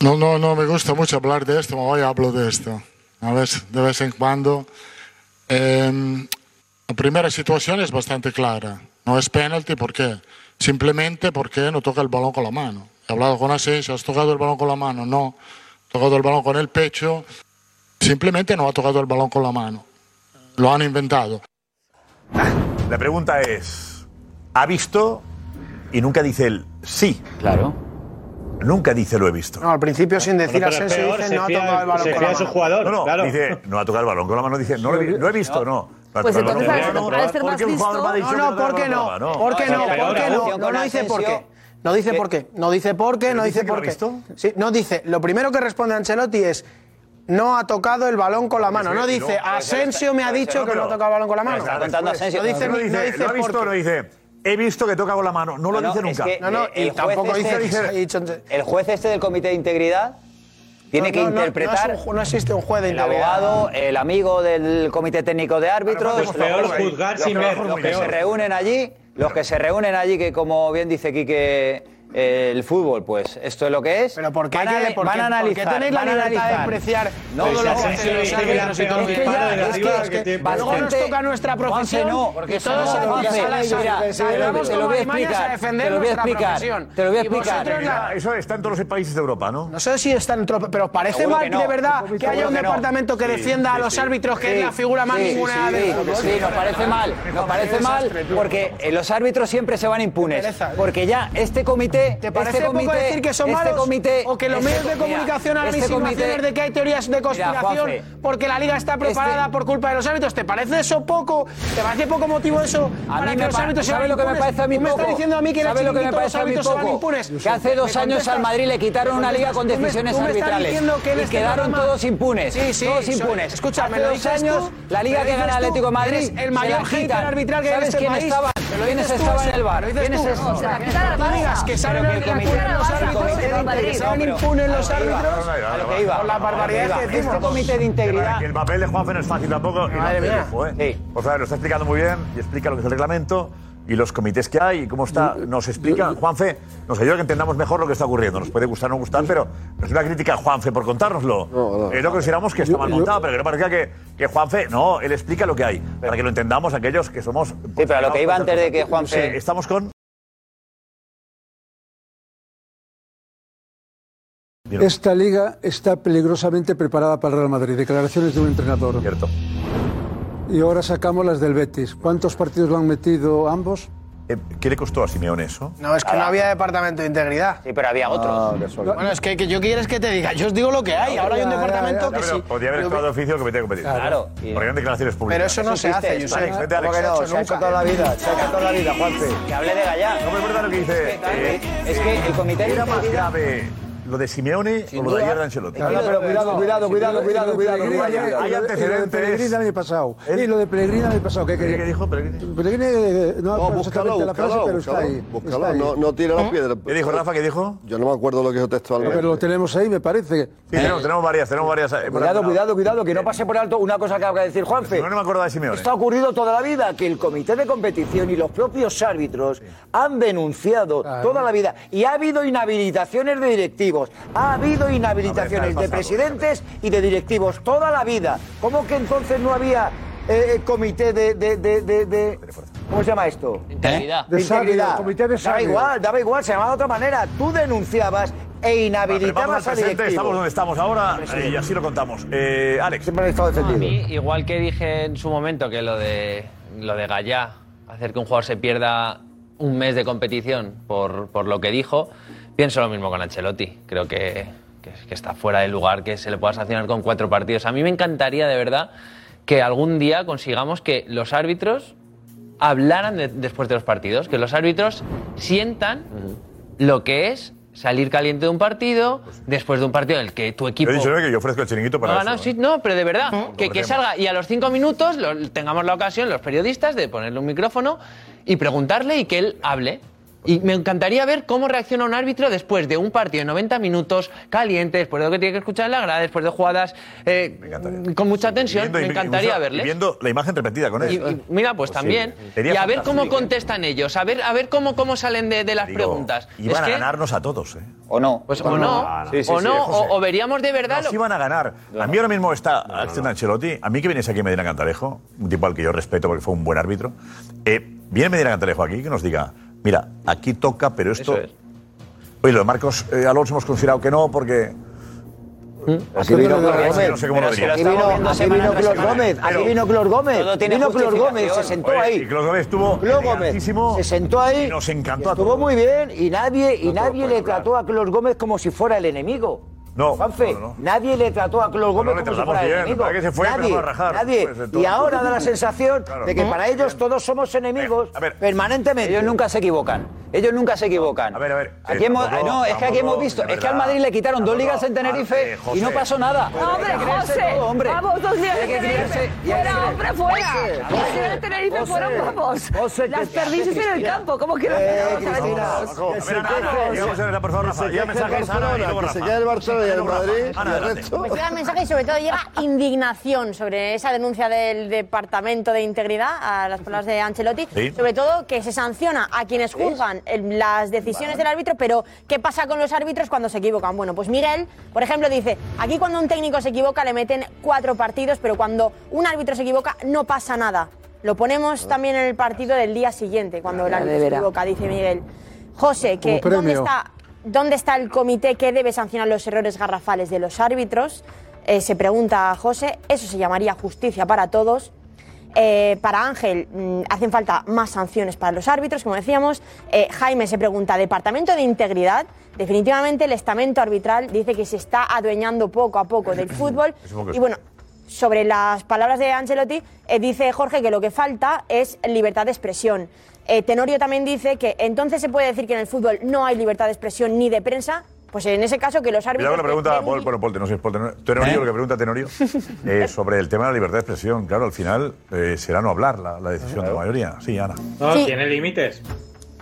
No, no, no me gusta mucho hablar de esto, pero hoy hablo de esto. A veces, de vez en cuando. Eh, la primera situación es bastante clara. No es penalti, ¿por qué? Simplemente porque no toca el balón con la mano. He hablado con Asensio, ¿has tocado el balón con la mano? No. He tocado el balón con el pecho. Simplemente no ha tocado el balón con la mano. Lo han inventado.
La pregunta es: ¿ha visto? Y nunca dice el sí. Claro. Nunca dice lo he visto.
No, al principio sin decir
Bueno,
a
pero
Asensio
peor,
dicen
se
no ha
fía-
tocado el balón
se
con
fía
la
de su
mano.
jugador, No, no, dice, no ha tocado el balón con la mano, dice, no lo he, vi- lo he visto, no. No ha
Pues
tocado el balón
entonces,
con la
al-
mano,
al ser
porque un
más
jugador me ha dicho
listo-
que
No, no,
ha tocado
¿por qué
el
no?
balón con la mano.
¿Por qué no?
Pero
¿Por qué
ahora,
no? No, no dice por qué. No dice por qué. No dice por qué, no dice por qué. Sí, no dice. Lo primero que responde Ancelotti es no ha tocado el balón con la mano. No dice Asensio me ha dicho que no ha tocado el balón con la mano.
Está
No dice
No dice,
no
lo ha
dice
visto,
por
no
qué.
dice. He visto que toca con la mano. No lo dice nunca.
es que
No, no,
el
y
juez
tampoco
<laughs> este-
dice
El juez este del Comité de Integridad tiene
No,
que
no, no, no es
interpretar.
un ju- no existe un juez de
El
integridad.
abogado, el amigo del Comité Técnico de Árbitros.
Pues peor
los-
juzgar
los
sin
que-
ver.
Los que se reúnen allí, los que se reúnen allí, que como bien dice Quique, eh, el fútbol, pues esto es lo que es. Pero porque
hay que- por
van
qué-
a
por qué
analizar.
tenéis la
van a
libertad de
analizar.
apreciar
No,
todo lo
no, no,
que hacen los
es que
árbitros y
ya-
todo lo
es
que paran de
que
arriba,
ya-
que te-
bastante-
Luego nos toca nuestra profesión,
Juanfe, no,
porque
que eso
todos
no,
aquí
Juanfe,
salas a-
mira,
salas
te lo-
vamos
te lo
como
voy a
alimañas a
explicar,
defender
te lo voy a
nuestra
explicar,
profesión.
te lo voy a
Y
explicar.
vosotros la-
Eso está en todos los países de Europa, ¿no?
No sé si está en tro- pero parece
Seguro
mal
que
que de
no.
verdad que haya
Seguro
un
que no.
departamento que
Sí,
defienda a
sí,
los
sí.
árbitos, que
Sí,
es la figura más
sí,
ninguneada
sí,
del
sí,
fútbol.
Sí, nos parece mal, nos parece mal porque eh, los árbitros siempre se van impunes. Porque ya este comité.
¿Te parece
este comité,
poco decir que son
este
malos?
comité-
¿O que los
este
medios de
co- mira,
comunicación hagan
este comité-
insinuaciones de que hay teorías de
Mira,
conspiración
Juanfe, Este-
porque la liga está preparada por culpa de los árbitros? ¿Te parece eso poco? ¿Te parece poco motivo eso
A
para
mí
que
me
los
pa-
árbitros se
¿sabe
hagan
lo que me
impunes?
parece a mí
¿Tú me estás
poco?
diciendo a mí que en el
¿Sabe lo que me
chiringuito los
parece a mí
árbitros se van
poco?
impunes?
Que hace dos
¿Me
años
contestas?
al Madrid le quitaron
¿Me
una liga
contestas? Tú
con
me-
decisiones
tú me estás
arbitrales
diciendo que en
y
este
quedaron
programa-
todos impunes,
Sí, sí.
todos
soy-
impunes.
Escucha,
Hace
me lo
dos
dices
años,
tú,
la liga
me lo
que gana
dices tú,
Atlético de Madrid
eres
se
el
la
mayor hater
quitan.
arbitral que hay en
¿Sabes
este
quién
país.
estaba? Pero ¿Quiénes estaban en el bar? ¿Quiénes estaban?
O sea, quitar al Barça.
que saben
Pero
que el
que
comité
acudan
de los
al Barça,
árbitros
comité de integridad.
son impunes los árbitros a lo que iba.
Por la barbaridad
que decimos. Este comité de integridad.
El papel de Juanfe no es fácil tampoco. y lo
Madre
hace
mía.
lujo, ¿eh? O sea, lo está explicando muy bien y explica lo que es el reglamento y los comités que hay y cómo está. Nos explica, Juanfe, nos ayuda a que entendamos mejor lo que está ocurriendo. Nos puede gustar o no gustar, pero no es una crítica a Juanfe por contárnoslo. es lo que consideramos que está mal montado, pero que no parezca que, que Juanfe, no, él explica lo que hay, para que lo entendamos aquellos que somos... Sí,
pero lo que iba antes de que Juanfe-
estamos con...
Esta liga está peligrosamente preparada para el Real Madrid. Declaraciones de un entrenador.
Cierto.
Y ahora sacamos las del Betis. ¿Cuántos partidos lo han metido ambos?
¿Qué le costó a Simeone eso?
No, es que no
Nada.
había departamento de integridad.
Sí, pero había
otros. Ah, qué suerte.
bueno, es que, que yo quieres que te diga, yo os digo lo que hay. Ahora hay un departamento que sí.
Podría haber actuado de oficio que comité de competir.
Claro.
Porque eran declaraciones públicas.
Pero eso no se hace, Josep.
Alex, vete, Alex.
¿Cómo que no? Se ha hecho toda la vida,
se ha hecho toda la vida, Juanfe. Que hable de Gallá.
No me importa lo que dice. eh,
Es que el comité de
¿Era más
integridad-
grave lo de Simeone o lo de
duda.
ayer de Ancelotti?
No, no, pero cuidado, cuidado, cuidado, cuidado, cuidado,
Pellegrini,
cuidado, cuidado.
Hay
Hay
antecedentes. Lo de Pellegrini
antecedentes.
el año pasado. Y lo de Pellegrini el año pasado. ¿Qué,
¿Qué dijo Pellegrini?
Pellegrini eh, no
No,
acuerdo
búscalo,
exactamente la frase,
búscalo,
pero está
búscalo,
ahí.
búscalo,
Está ahí.
no, no tire
¿Eh?
las piedras.
¿Qué dijo Rafa? ¿Qué dijo?
Yo no me acuerdo lo que dijo textualmente.
Pero lo tenemos ahí, me parece.
tenemos, tenemos varias, tenemos varias. eh,
Cuidado, cuidado, cuidado, que no pase por alto una cosa que acaba de decir Juanfe.
No me acuerdo de Simeone.
Esto ha ocurrido toda la vida, que el comité de competición y los propios árbitros han denunciado toda la vida. Y ha habido inhabilitaciones de directivos, ha habido inhabilitaciones de presidentes y de directivos toda la vida. ¿Cómo que entonces no había eh, eh, comité de, de- de- de- de- ¿Cómo se llama esto?
¿Eh?
Integridad.
De Integridad.
Sabio, comité de
daba
Sabio.
igual, daba igual, se llamaba de otra manera. Tú denunciabas e
Vale, vamos al
inhabilitabas a
presente,
directivos.
estamos donde estamos ahora eh, y así lo contamos. Eh, Alex.
Siempre han estado
A mí, igual que dije en su momento que lo de, lo de Gallá, hacer que un jugador se pierda un mes de competición por, por lo que dijo, pienso lo mismo con Ancelotti. Creo que, que, que está fuera de lugar que se le pueda sancionar con cuatro partidos. A mí me encantaría, de verdad, que algún día consigamos que los árbitros hablaran de- después de los partidos, que los árbitros sientan lo que es salir caliente de un partido, después de un partido en el que tu
Yo
equipo...
he dicho ¿no? que yo ofrezco el chiringuito para
No,
eso.
no, Ah, sí, no, pero de verdad, que, que
Comprendemos.
salga y a los cinco minutos lo- tengamos la ocasión, los periodistas, de ponerle un micrófono y preguntarle y que él hable. Y me encantaría ver cómo reacciona un árbitro después de un partido de 90 minutos caliente, después de lo que tiene que escuchar en la grada, después de jugadas eh, con mucha tensión.
Viendo y-
Me encantaría
incluso- y
verles.
Viendo la imagen repetida con él.
Y- y mira, pues también.
Sería
Y a ver cómo
fantástico.
contestan ellos, a ver, a ver cómo, cómo salen de, de las
Digo,
preguntas.
Y van
Es
a
que-
ganarnos a todos, ¿eh?
O no.
Pues, o no, o, no o, o veríamos de verdad
Nos
lo
iban a ganar. A mí ahora mismo está Axel Ancelotti. A mí que vienes aquí Medina Cantalejo, un tipo al que yo respeto porque fue un buen árbitro. eh, viene Medina Cantalejo aquí que nos diga, mira, aquí toca, pero esto... Oye, lo de Marcos eh, Alonso hemos considerado que no porque... ¿Mm? Aquí
Aquí
vino
vino
Clos
Clos
Gómez, no sé cómo lo
Gómez.
diría.
Aquí vino- aquí vino Clos Gómez, aquí vino Clos Gómez,
Todo tiene
vino Clos Gómez, se
justificación.
sentó
Oye,
ahí.
y Clos Gómez estuvo
Clos Gómez se sentó ahí. Nos
encantó
Estuvo muy bien y nadie, y nadie le trató a Clos Gómez como si fuera el enemigo.
No,
Juanfe, nadie le trató a Clos Gómez
le
como si
tratamos
fuera el
bien,
enemigo.
para que se fue,
nadie,
empezó a rajar.
nadie.
Pues, entonces-
y ahora
<laughs>
da la sensación
Claro.
de que
¿Mm?
para ellos todos somos enemigos permanentemente.
Ellos nunca se equivocan. Ellos nunca se equivocan. A ver, a ver. Aquí
Eh,
hemos,
tampoco-
no, es que aquí
tampoco,
hemos visto.
de
Es que al
verdad.
Madrid le quitaron dos ligas en Tenerife
Ah,
eh, José.
y no pasó nada.
¡Hombre,
Hay que creerse
José!
todo, hombre.
¡Vamos, dos días
Hay
de
que
Tenerife!
creerse- y hay que
¡Fuera,
creer-
hombre, fuera!
José,
Las días de Tenerife
José,
fueron vamos.
José, ¿qué
Las
te hace,
perdices en el
Cristina?
campo. ¿Cómo que no?
Eh,
A ver, Ana, Ana, llegamos a ver, por favor, Rafa.
se
Llega
quede el
mensajes, Ana, y
Barcelona,
luego
que
Rafa.
se quede el Barcelona y el
Luego Rafa.
Madrid, y
Ana,
el
adelante.
resto.
Pues llega mensaje y sobre todo llega indignación sobre esa denuncia del Departamento de Integridad a las palabras de Ancelotti.
Sí.
Sobre todo que se sanciona a quienes juzgan el- las decisiones del árbitro, pero ¿qué pasa con los árbitros cuando se equivocan? Bueno, pues Miguel, por ejemplo, dice, aquí cuando un técnico se equivoca le meten cuatro partidos, pero cuando un árbitro se equivoca no pasa nada. Lo ponemos también en el partido del día siguiente, cuando el
Ah. Ya,
árbitro
de
se
veras.
equivoca, dice Miguel. José, que
Como premio.
¿dónde está ¿Dónde está el comité que debe sancionar los errores garrafales de los árbitros? Eh, se pregunta a José. Eso se llamaría justicia para todos. Eh, para Ángel, mm, hacen falta más sanciones para los árbitros, como decíamos. Eh, Jaime se pregunta, Departamento de Integridad, definitivamente el estamento arbitral dice que se está adueñando poco a poco del fútbol.
Es un poco
Y bueno, sobre las palabras de Ancelotti, eh, dice Jorge que lo que falta es libertad de expresión. Eh, Tenorio también dice que entonces se puede decir que en el fútbol no hay libertad de expresión ni de prensa. Pues en ese caso que los árbitros...
Cuidado con la pregunta,
den-
Paul, bueno, Paul, no sé, Paul, Tenorio, Tenorio, lo que pregunta Tenorio, eh, sobre el tema de la libertad de expresión. Claro, al final eh, será no hablar la, la decisión de la mayoría. Sí, Ana.
No, tiene límites.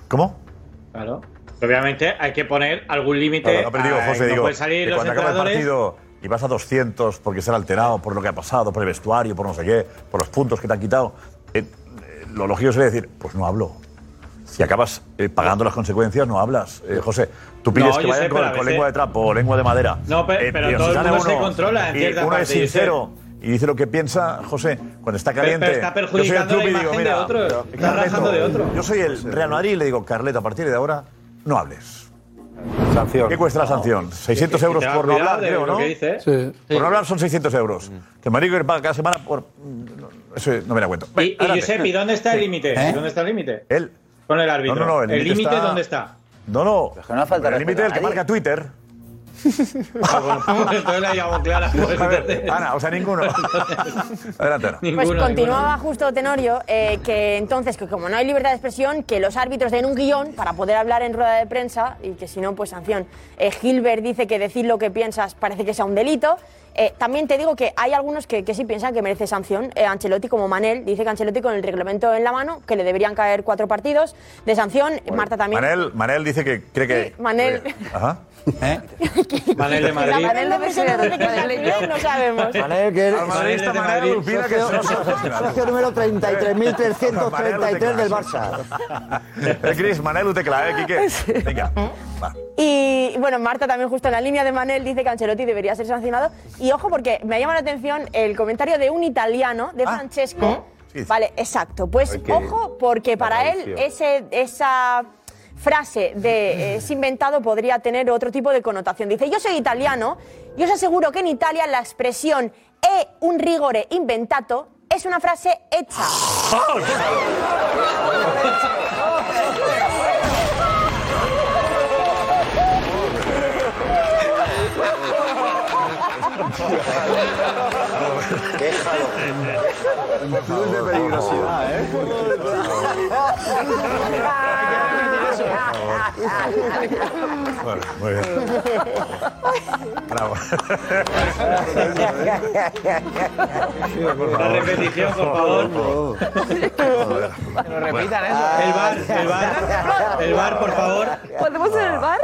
¿Cómo?
Claro. Obviamente hay que poner algún límite.
Claro, no, pero digo,
a-
José,
no
digo,
pueden salir
que
los
cuando acaba el
entrenadores.
partido y vas a 200 porque será alterado por lo que ha pasado, por el vestuario, por no sé qué, por los puntos que te han quitado, eh, eh, lo lógico sería decir, pues no hablo. Si acabas eh, pagando las consecuencias, no hablas. Eh, José, tú pides
No,
que
yo
vayan
sé,
con,
pero a
con
veces-
lengua de trapo o lengua de madera.
No, pe-
Eh,
pero
si
todo el
sale
mundo se controla en
y
cierta
uno
parte,
es sincero y dice lo que piensa, José, cuando está caliente.
pero está
yo soy el
perjudicando
club y
la
digo,
imagen de
mira,
otros,
pero,
está rajando de otro.
Yo soy el Real Madrid y le digo, Carleto, a partir de ahora, no hables. ¿Qué cuesta la sanción? 600
Que- que
euros
tenga
por no
cuidado
hablar,
de
creo,
lo
¿no?
que dice, ¿eh?
Sí.
Sí.
Por no hablar son 600 euros. Que el Madrid paga cada semana por... Eso no me da cuenta.
Y, y Giuseppe, ¿y ¿dónde está el límite?
¿Eh?
¿Dónde está el límite?
Él.
Con el árbitro.
No, no, no, el
el
límite
límite
está-
dónde está?
No, no.
falta
el límite
respeto a
del que
nadie.
marca Twitter.
<laughs> Entonces la llamo clara.
<laughs> A ver, Ana, o sea,
<laughs>
ninguno. Adelante, Ana.
Pues continuaba justo Tenorio, eh, que entonces, que como no hay libertad de expresión, que los árbitros den un guión para poder hablar en rueda de prensa y que si no, pues sanción. Eh, Gilbert dice que decir lo que piensas parece que sea un delito. Eh, también te digo que hay algunos que, que sí piensan que merece sanción. Eh, Ancelotti, como Manel, dice que Ancelotti con el reglamento en la mano, que le deberían caer cuatro partidos de sanción. Marta también.
Manel, Manel dice que cree que...
Manel.
Ajá.
¿Eh?
<laughs>
Manel de
La
Madrid.
Manel debe ser desde que nació, no sabemos.
Manel, que
Al madridista Manel Lupina, que
socio,
es socio-
socio número 33.333
Manel,
del Barça.
El Cris, Manel
<laughs>
Utecla, ¿eh, Quique? Venga.
Y bueno, Marta también justo en la línea de Manel dice que Ancelotti debería ser sancionado. Y ojo porque me ha llamado la atención el comentario de un italiano, de
Ah,
Francesco. Vale, exacto. Pues
Ay, qué-
ojo porque para él
traducción.
ese, esa frase de eh, es inventado podría tener otro tipo de connotación. Dice, yo soy italiano y os aseguro que en Italia la expresión e un rigore inventato es una frase hecha.
Déjalo.
de
Ah,
peligrosidad, ¿eh?
<laughs>
<laughs>
Bueno, muy bien. Bravo.
La repetición, por favor.
lo repitan eso. El bar, el bar. El bar, por favor.
¿Podemos en el bar?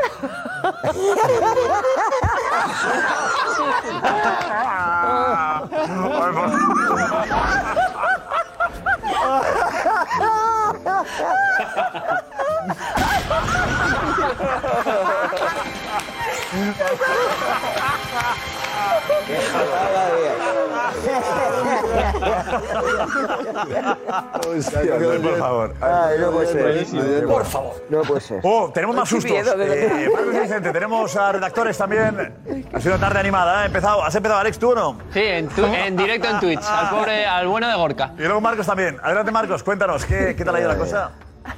por favor.
Ay, no puede ser.
Buenísimo.
Por favor. No puede ser.
Oh, tenemos más
Qué
sustos.
miedo, de verdad.
Eh, Marcos Vicente, tenemos a redactores también. Ha sido una tarde animada. ¿eh? Ha empezado. ¿Has empezado, Alex, tú o no?
Sí, en, tu- en directo en Twitch, al pobre, al bueno de Gorka.
Y luego Marcos también. Adelante, Marcos, cuéntanos, ¿qué, qué tal ha ido la cosa?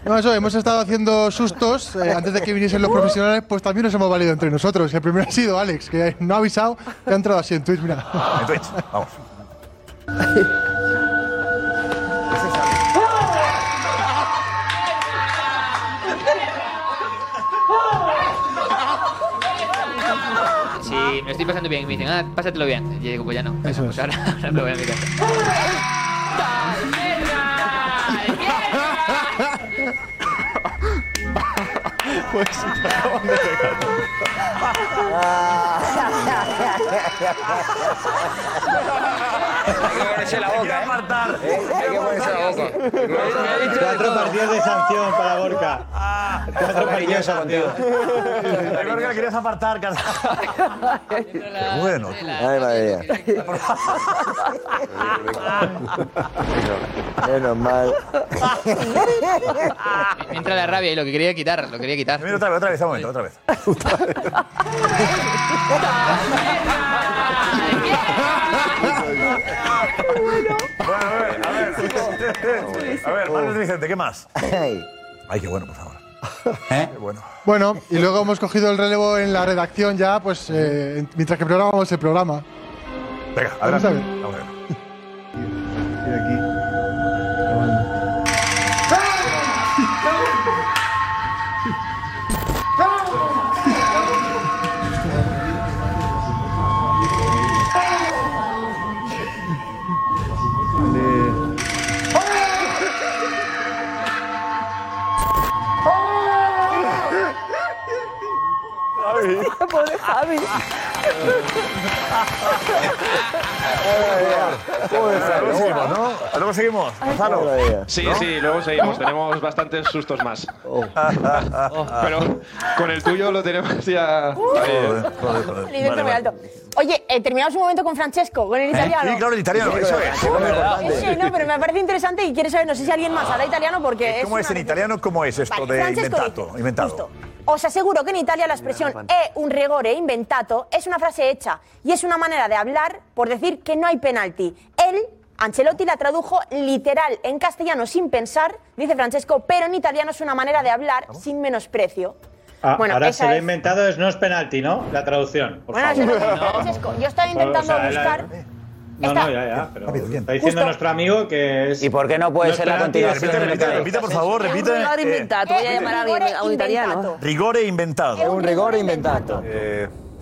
No, eso, hemos estado haciendo sustos eh, antes de que viniesen los profesionales, pues también nos hemos valido entre nosotros. El primero ha sido Alex, que no ha avisado, que ha entrado así en Twitch, mira.
En Twitch, vamos.
Sí, me lo estoy pasando bien. Me dicen, ah, pásatelo bien. Y yo digo, pues ya no. Venga, pues ahora, <laughs> ahora me voy a mi casa.
Pues
ponerse la boca. ¿eh? Hay que
apartar.
Hay que ponerse la boca.
Cuatro partidos de sanción para Borca. Cuatro partidos de sanción.
Recuerdo que la querías apartar, Carlos. Qué bueno.
Ay, madre mía. Menos mal.
Me entra la rabia y lo que quería quitar, lo quería quitar.
Mira, otra vez, otra vez, un momento, otra vez.
Pues,
A
eh,
ver,
oh.
Marcos Vicente, ¿qué más? Ay, qué bueno, por favor.
¿Eh?
Qué bueno.
Bueno, y luego hemos cogido el relevo en la redacción ya, pues eh, en- mientras que programamos el programa.
Venga,
Vamos
adelante.
a ver.
Vamos a ver.
Javi.
Pobre Javi.
Luego seguimos, ¿no? Luego seguimos, Gonzalo.
Sí,
¿No?
sí, luego seguimos. Tenemos bastantes sustos
<laughs>
más. Pero con el tuyo lo tenemos ya.
<laughs>
Joder, joder, joder. ¿Eh?
Nivel muy alto. Oye, eh, terminamos un momento con Francesco, con el italiano.
Sí, claro, el italiano, eso es.
Es que no, pero me parece interesante y quiero saber, no sé si alguien más hará italiano porque es
Ah. ¿Cómo es
una
en italiano? ¿Cómo es esto
Vale,
de
Francesco
inventato? inventado?
Os assicuro che in Italia la espressione è un rigore inventato è una frase hecha y es una manera de hablar por decir que no hay penalti. Él, Ancelotti, la tradujo literal en castellano sin pensar, dice Francesco, pero en italiano es una manera de hablar sin menosprecio.
Ah,
Bueno,
ahora se
esa
lo ha
es-
inventado, es no es penalti, ¿no? La traducción. Por
Bueno,
favor.
Ancelotti, Francesco, yo estaba
Por favor,
intentando
o sea, la-
buscar...
eh,
No,
Está-
no, ya, ya. Pero está diciendo
Justo.
nuestro amigo que es.
¿Y por qué no puede ser la continuación
Repite,
de lo que
repite,
dijo?
repite, por favor, repite. eh,
inventato, voy a llamar a alguien, a un italiano.
rigore inventado.
Es un rigore
inventado.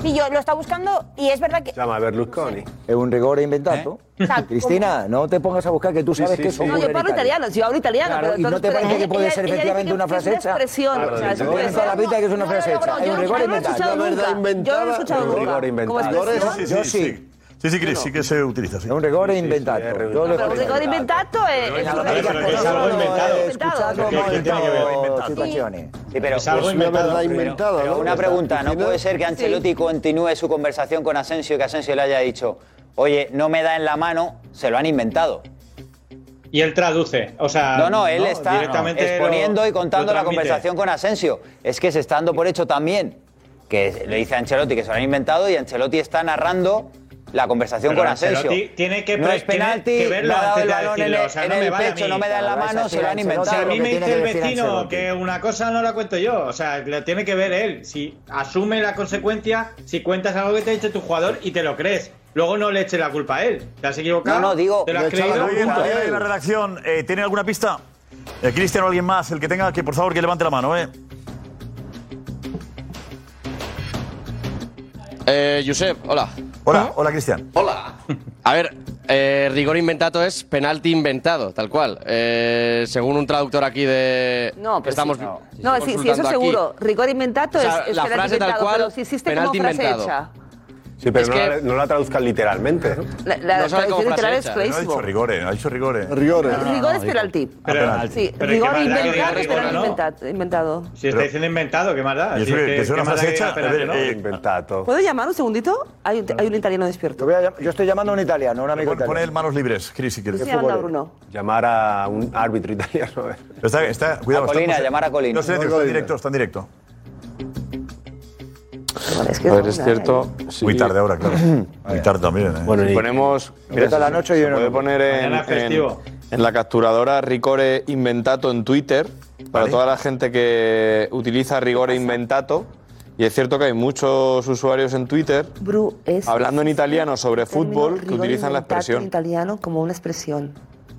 Sí, yo lo estaba buscando y es verdad que...
Llama Berlusconi.
Es un rigor inventado.
sea,
Cristina, no te pongas a buscar que tú sabes que eso
No, yo
ocurre en
hablo
Italia.
italiano, yo hablo italiano.
Claro,
pero
y no
entonces,
te
pero
parece que
ella-
puede
ella
ser
dice que
efectivamente una
es
frase hecha.
expresión,
Claro,
o sea,
sí,
es
sí. Tiene toda la pinta de que es una frase hecha. Es un rigor inventado.
Yo no lo he escuchado nunca. Yo no lo he escuchado nunca. Como expresión.
Sí, sí, sí. Sí, sí, Chris, sí que se utiliza. Es
un rigore inventado. Yo lo he
Pero un rigor inventato es... es un rigor
Sí, pero
Es algo
pues,
inventado,
pero-
primero.
inventado,
Pero
¿no?
una
Una pregunta, ¿no
Cristina?
puede ser que Ancelotti continúe su conversación con Asensio y que Asensio le haya dicho, oye, no me da en la mano, se lo han inventado?
Y él traduce. O sea,
No, no, él está
Ah, directamente lo-
exponiendo y
lo
contando la
transmite.
conversación con Asensio. Es que se está dando por hecho también que le dice a Ancelotti que se lo han inventado y Ancelotti está narrando la conversación
Pero
con Asensio.
Ancelotti tiene que
no
pre-
es penalti,
tiene que verlo
me ha dado
antes
el
de
balón en
decirlo,
el,
o sea,
en
no
el
me vale a
pecho,
mí.
no me da en la
Pero vais a
mano, se
decir
lo han
a
inventado.
Ancelotti. a mí me
Lo que
dice el
tiene que decir
vecino
Ancelotti.
que una cosa no la cuento yo. O sea, lo tiene que ver él. Si asume la consecuencia, si cuentas algo que te ha dicho tu jugador y te lo crees. Luego no le eches la culpa a él. ¿Te has equivocado? ¿Te lo has creído?
Oye,
Punto.
alguien de la redacción, eh, ¿tiene alguna pista? Eh, Cristian o alguien más, el que tenga, que por favor que levante la mano, ¿eh?
Eh, Josep, hola.
Hola, hola Cristian.
Hola. A ver, eh, rigor inventado es penalti inventado, tal cual. Eh, según un traductor aquí de...
No, pero
que estamos
sí, no. No, sí, sí, eso
consultando aquí.
seguro. Rigor inventato
O sea,
es, es
la
penalti
frase tal
inventado,
cual,
pero si existe como
penalti
frase
inventado.
hecha.
Sí, pero
Es
no,
que-
la, no la traduzcan literalmente. ¿no?
La, la traducción literal es
No ha dicho
clarísimo.
rigore, ha dicho rigore.
Rigore.
Ah,
Rigor es penalti. Sí,
Pero
rigor
¿qué más da que diga
inventado es
rigor,
penalti
no?
inventado- inventado.
Si está diciendo inventado, ¿qué más da?
Y
Si
eso que- que es una
¿qué más
frase
da que diga
hecha,
penalti,
a ver,
no?
eh,
Inventado.
¿Puedo llamar un segundito? Hay un, hay un italiano despierto.
Yo estoy llamando a un italiano, un amigo
Pon, pon
italiano.
el manos libres, Chris, si quieres.
Sí, anda, Bruno.
Llamar a un árbitro italiano. A ver.
Está, está, cuidado,
A Colina,
está-
llamar a Colina.
No sé,
Llamar a
está en
Colina.
directo, está en directo.
A ver, es cierto.
¿eh?
Muy tarde ahora,
<clears throat>
claro. Muy tarde también, ¿eh?
Bueno, ponemos.
Empieza la noche y
se
uno-
puede poner en,
Mañana festivo.
en- en la capturadora Ricore Inventato en Twitter para toda la gente que utiliza Rigore Inventato. Y es cierto que hay muchos usuarios en Twitter
Bru es
hablando en italiano sobre fútbol que
rigor
utilizan la
inventato en
expresión.
italiano como una expresión.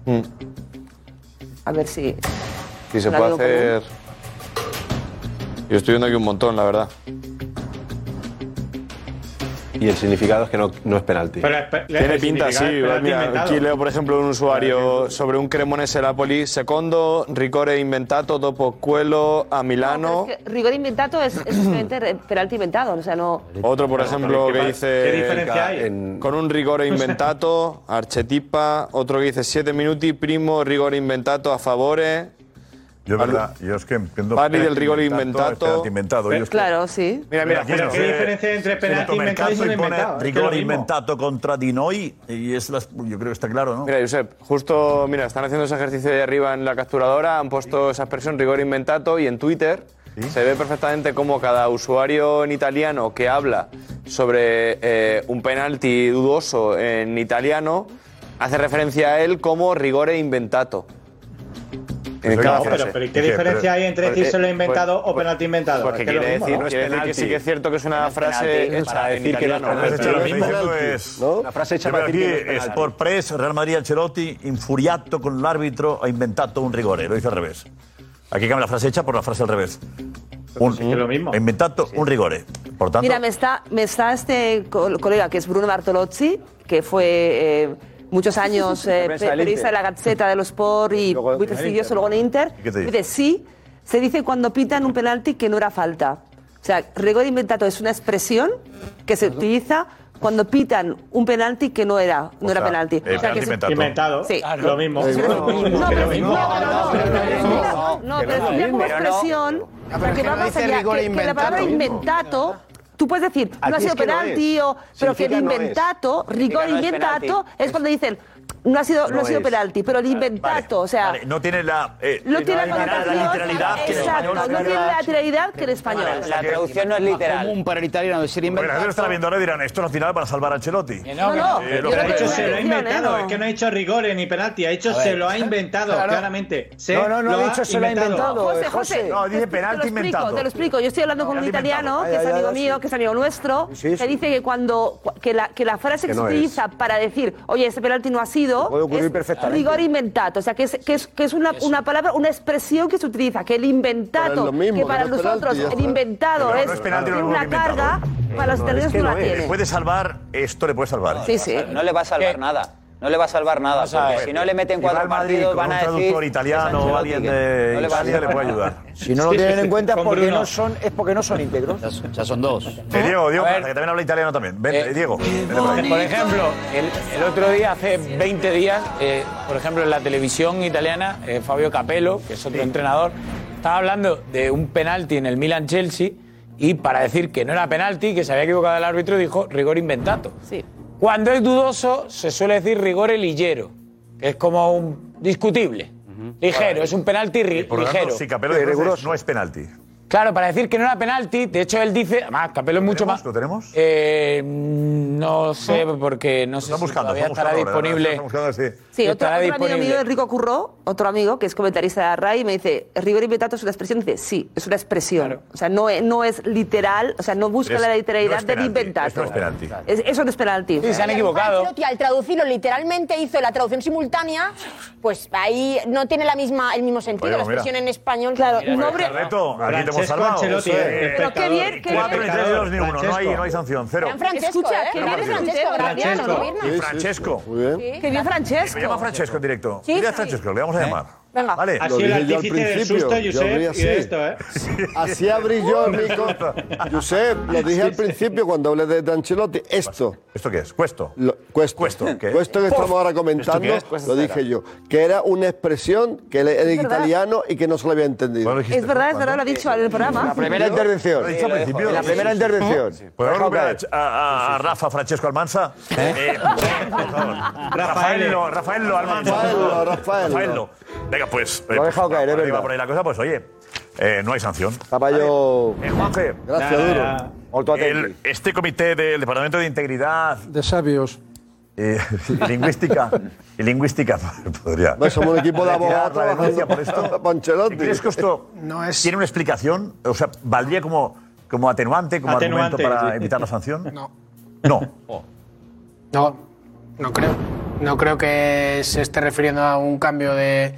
Mm.
A ver si...
Y se
La
puede
digo común.
hacer. Yo estoy viendo aquí un montón, la verdad.
Y el significado es que no, no es penalti.
Tiene pinta, sí. Mira, aquí leo, por ejemplo, un usuario sobre un Cremonese Napoli. Secondo, Ricore inventato dopo quello a
Ah,
Milano.
Que rigor inventato es, es simplemente re- penalti inventado. O sea, no...
Otro, por
Pero,
ejemplo,
¿qué
que
más-
dice.
qué diferencia hay?
en- Con un
<laughs>
rigore inventato, archetipa. Otro que dice 7 minuti, primo, rigore inventato a favore.
Yo, verdad, yo es que entiendo.
Parli del rigor
inventado,
inventado.
espérate, inventado. Yo es que-
Eh, Claro, sí.
Mira, mira,
Mira,
pero
aquí
¿qué
no.
diferencia hay entre
Sí,
penalti inventado y
Mercazzo
no
y pone
inventado? Es que es lo
Rigor
mismo.
inventato contra Dinoy y es las, yo creo que está claro, ¿no?
Mira, Josep, justo, mira, están haciendo ese ejercicio ahí arriba en la capturadora, han puesto esa expresión rigor inventato y en Twitter se ve perfectamente cómo cada usuario en italiano que habla sobre eh, un penalti dudoso en italiano hace referencia a él como rigore inventato.
Pues
En
Eso
cada
no, pero-
frase.
pero ¿y
¿Qué diferencia hay entre
Porque-
decir solo inventado
pues-
o penalti inventado?
Porque
Es que es
quiere
lo mismo,
decir,
¿no?
quiere decir que sí que es cierto que es una frase hecha
para
en
decir que no es
italiano.
penalti.
Pero
pues, Lo
lo
que
mismo-
estoy diciendo es.
La frase hecha
Yo veo
para decir que no es
aquí
penalti.
Sport Press, Real Madrid, Ancelotti, infuriato con el árbitro, ha inventato un rigore. Lo dice al revés. Aquí cambia la frase hecha por la frase al revés. Un, lo mismo. Inventato un rigore. Por tanto,
Mira, me está, me está este col- colega que es Bruno Bartolozzi, que fue eh, muchos años eh,
Prensa
pe-
del
periodista de
Inter.
la Gazzetta dello Sport y
Luego
muy
en el
prestigioso
Inter.
luego en Inter.
qué te dice?
Dice, sí, se dice cuando pitan un penalti que no era falta. O sea, rigor inventado es una expresión que se utiliza cuando pitan un penalti que no era, no era
sea,
penalti.
eh,
O sea,
penalti
que se-
inventado. Inventado.
Sí.
Claro. Lo mismo. Sí,
No,
lo mismo.
pero
Lo mismo.
no,
que no
pero
es lo
sería como
mismo.
expresión.
pero es
Porque
que
va
no
más
dice
allá.
rigor
Que, que la palabra
inventato mismo.
inventato. Tú puedes decir,
Aquí
no ha
es
sido
que no
penalti,
es.
o, pero que el
Significa no es.
inventato, rigor
Significa no es
inventato,
penalti.
es cuando dicen, no ha sido, no
No
ha sido
es.
penalti, pero el inventato, o sea,
Vale, no tiene la. eh,
no tiene la
literal-
connotación.
literalidad que en
Exacto,
español.
no tiene la lateralidad que el español.
Es común para el italiano decir
Porque la gente
inventado.
lo estará viendo ahora y dirán, esto es la final para salvar a Ancelotti.
no, no,
Eh,
yo creo
lo que
que
ha dicho
es
se
una
lo ha
elección,
inventado.
inventado, es que no ha hecho rigores ni penalti, ha hecho
A ver.
se lo ha inventado,
Claro.
claramente. Se
No, no, no ha dicho se lo ha inventado,
eh,
José, José,
No, dice
te-
penalti
te lo explico,
inventado.
Te lo explico, yo estoy hablando con un
Penalti
italiano,
inventado.
que es
Ay, ay,
amigo
ay,
mío, que es amigo nuestro,
Sí,
que
sí.
dice que cuando que la, que la frase que,
Que no
se
es.
utiliza para decir, oye, ese penalti no ha sido,
Puede ocurrir
es
perfectamente.
rigor inventato, o sea, que es, que es, que es una, una palabra, una expresión que se utiliza, que el
Pero es
inventato,
lo mismo,
que
que
para
no es
nosotros
penalti, ya
el
está.
inventado
Pero
es,
no es penalti,
tiene
no es
una
inventado.
carga, para los italianos no la
Le
tiene.
puede salvar, esto le puede salvar.
Sí, sí.
No le va a
Eh,
salvar nada. No le va a salvar nada.
Vamos a
porque
ver.
si no le meten
Si va
cuatro
al Madrid
partidos,
con
van
un
a decir.
traductor
que es
italiano o alguien
Ancelotti, que
de
no le va a
Italia,
salvar
le puede
nada.
ayudar.
Si no lo
Sí,
tienen
sí,
en cuenta es
con
porque
Bruno.
no son, es porque no son íntegros. Ya, son dos.
Eh, Diego, Diego, que también habla italiano también. Ven, eh, Diego. vente por aquí.
Por ejemplo, el, el otro día, hace 20 días, eh, por ejemplo, en la televisión italiana, eh, Fabio Capello, que es otro entrenador, estaba hablando de un penalti en el Milan-Chelsea y para decir que no era penalti, que se había equivocado el árbitro, dijo rigor inventato.
Sí.
Cuando es dudoso, se suele decir rigor ligero, que es como un discutible. Ligero, es un penalti ri-
Por lo tanto,
ligero.
si Capello de Rosas no es penalti.
Claro, para decir que no era penalti, de hecho él dice, además, Capello es mucho más. ¿Lo tenemos? Eh, no sé, porque no sé si todavía
estamos
estará
buscando ahora,
disponible.
estamos buscando ese-
Sí, otro,
estará
otro amigo mío,
disponible.
Enrico Curró, otro amigo que es comentarista de RAI, me dice, rigor inventato es una expresión. Dice, sí, es una expresión. O sea, no, es- no es literal, o sea, no busca
Es-
la
no
literalidad
es
del
penalti,
inventato.
esto es penalti.
Es- eso no es penalti.
Sí, se han equivocado.
Ancelotti, al traducirlo literalmente hizo la traducción simultánea, pues ahí no tiene la misma, el mismo sentido,
Oye,
la
mira.
expresión en español. Claro,
Pues, Reto, aquí te hemos
Francesco
salvado.
Ancelotti, eh.
Eso
el
es.
espectador. Pero qué bien, qué bien.
Cuatro, ni tres, ni dos, ni uno. No hay, no hay sanción, cero.
Gran Francesco,
Escucha,
¿eh?
que
Gran
viene
Francesco,
Francesco, Graziano, ¿no?
Y Francesco. Muy bien.
Que viene Francesco.
Me llama Francesco en directo.
Sí,
Mira a
sí.
Francesco, le vamos a llamar.
Venga.
Vale.
Ha Lo sido el dije yo al artífice del principio, susto, yo Josep, abrí y así. de esto,
¿eh?
Así abrí yo mi co- Josep, lo dije al principio cuando hablé de de Ancelotti. Esto.
¿Esto qué es? ¿Cuesto?
cuesto.
¿Cuesto qué?
que
Pof.
estamos ahora comentando,
¿Esto qué es? Cuesta
lo dije
cera.
yo. Que era una expresión que le- era
Es verdad.
italiano y que no se lo había entendido.
Es verdad, es verdad, lo ha dicho en el programa.
La primera intervención.
Lo he dicho al principio.
En la primera intervención.
¿Podemos
Déjalo
volver a,
caer.
a- a- a Rafa Francesco Almansa? Eh, por favor. Rafael Lo, Rafael Lo, Almansa. por favor.
Rafael Lo, Rafael Lo.
Lo. Venga, pues.
Lo ha dejado caer, es
arriba
verdad.
por ahí la cosa, pues oye, eh, no hay sanción.
Caballo.
Juanje.
Gracias,
Eh, Nada,
duro.
nada.
Molto attenti.
El- este comité del Departamento de Integridad <laughs>
De sabios.
eh, y Lingüística. y Lingüística podría.
Bueno, somos un
<laughs>
equipo de
Podría
abogados
tirar la denuncia por esto.
trabajando <laughs> con Ancelotti.
¿Crees que esto tiene una explicación? O sea, ¿valdría como, como atenuante, como
Atenuante,
argumento para
sí.
evitar
<laughs>
la sanción? No.
No, no creo. No creo que se esté refiriendo a un cambio de,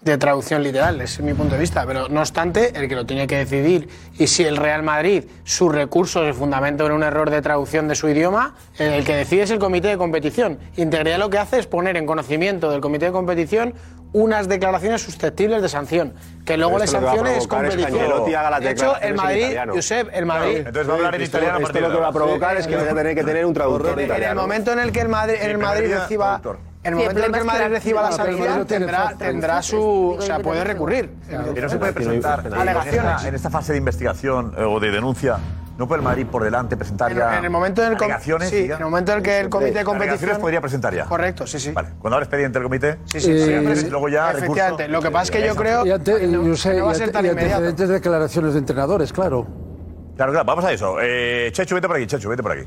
de traducción literal, ese es mi punto de vista. Pero no obstante, el que lo tiene que decidir y si el Real Madrid, sus recursos se fundamentan en un error de traducción de su idioma, el que decide es el comité de competición. Integridad lo que hace es poner en conocimiento del comité de competición unas declaraciones susceptibles de sanción, que luego
Pero
le
esto lo que va a
sanciones es
provocar es que
competición.
Ancelotti haga las
de hecho, el
declaraciones en
Madrid,
italiano.
Josep, el Madrid.
Entonces va a hablar en
Esto-
italiano a
Esto
partir
lo
de
que va a
ahora.
provocar es que vas a tener que tener un traductor de
En el
italiano.
momento en el que el Madrid, en el Madrid
Debería
reciba, el
productor. Sí,
momento en
el
el que el
problema es
Madrid
que la-
reciba la
el Madrid no
sanción,
tiene
tendrá,
falta,
tendrá su, o sea, puede recurrir.
Que no se puede presentar en
Alegaciones.
esta, en esta fase de investigación eh, o de denuncia. No puede el Madrid por delante presentar ya
En, en el momento en el, com-
alegaciones.
sí, en el momento en el que el comité de
Alegaciones
<laughs> competición
podría presentar ya.
Correcto, sí, sí.
Vale, cuando ahora expediente el comité.
Sí, sí, sí.
alegaciones, Luego ya recurso.
Eh, Efectivamente, lo que pasa es que yo creo
Y, ante- yo sé,
no va a
y
ser
ante-
tan
y
inmediato.
antecedentes de declaraciones de entrenadores, claro.
Claro, claro, vamos a eso. Eh, Chechu, vete por aquí, Chechu, vete por aquí.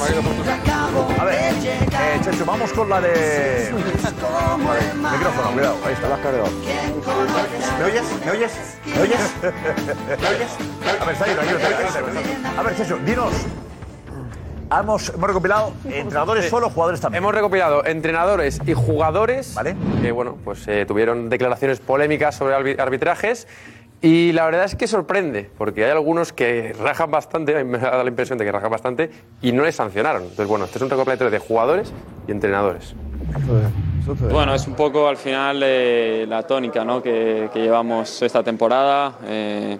A ver, eh, Chechu, vamos con la de. Micrófono, cuidado, ahí está. ¿Me oyes? ¿Me oyes? ¿Me oyes? ¿Me oyes? <laughs> A ver, está ahí, tranquilo, tranquilo. A ver, Chechu, dinos. Hemos, hemos recopilado entrenadores solo, jugadores también.
Hemos recopilado entrenadores y jugadores que bueno, pues eh, tuvieron declaraciones polémicas sobre arbi- arbitrajes y la verdad es que sorprende, porque hay algunos que rajan bastante, a mí me da la impresión de que rajan bastante y no les sancionaron. Entonces, bueno, este es un recopilatorio de jugadores y entrenadores.
Bueno, es un poco al final eh, la tónica ¿no? que, que llevamos esta temporada. eh,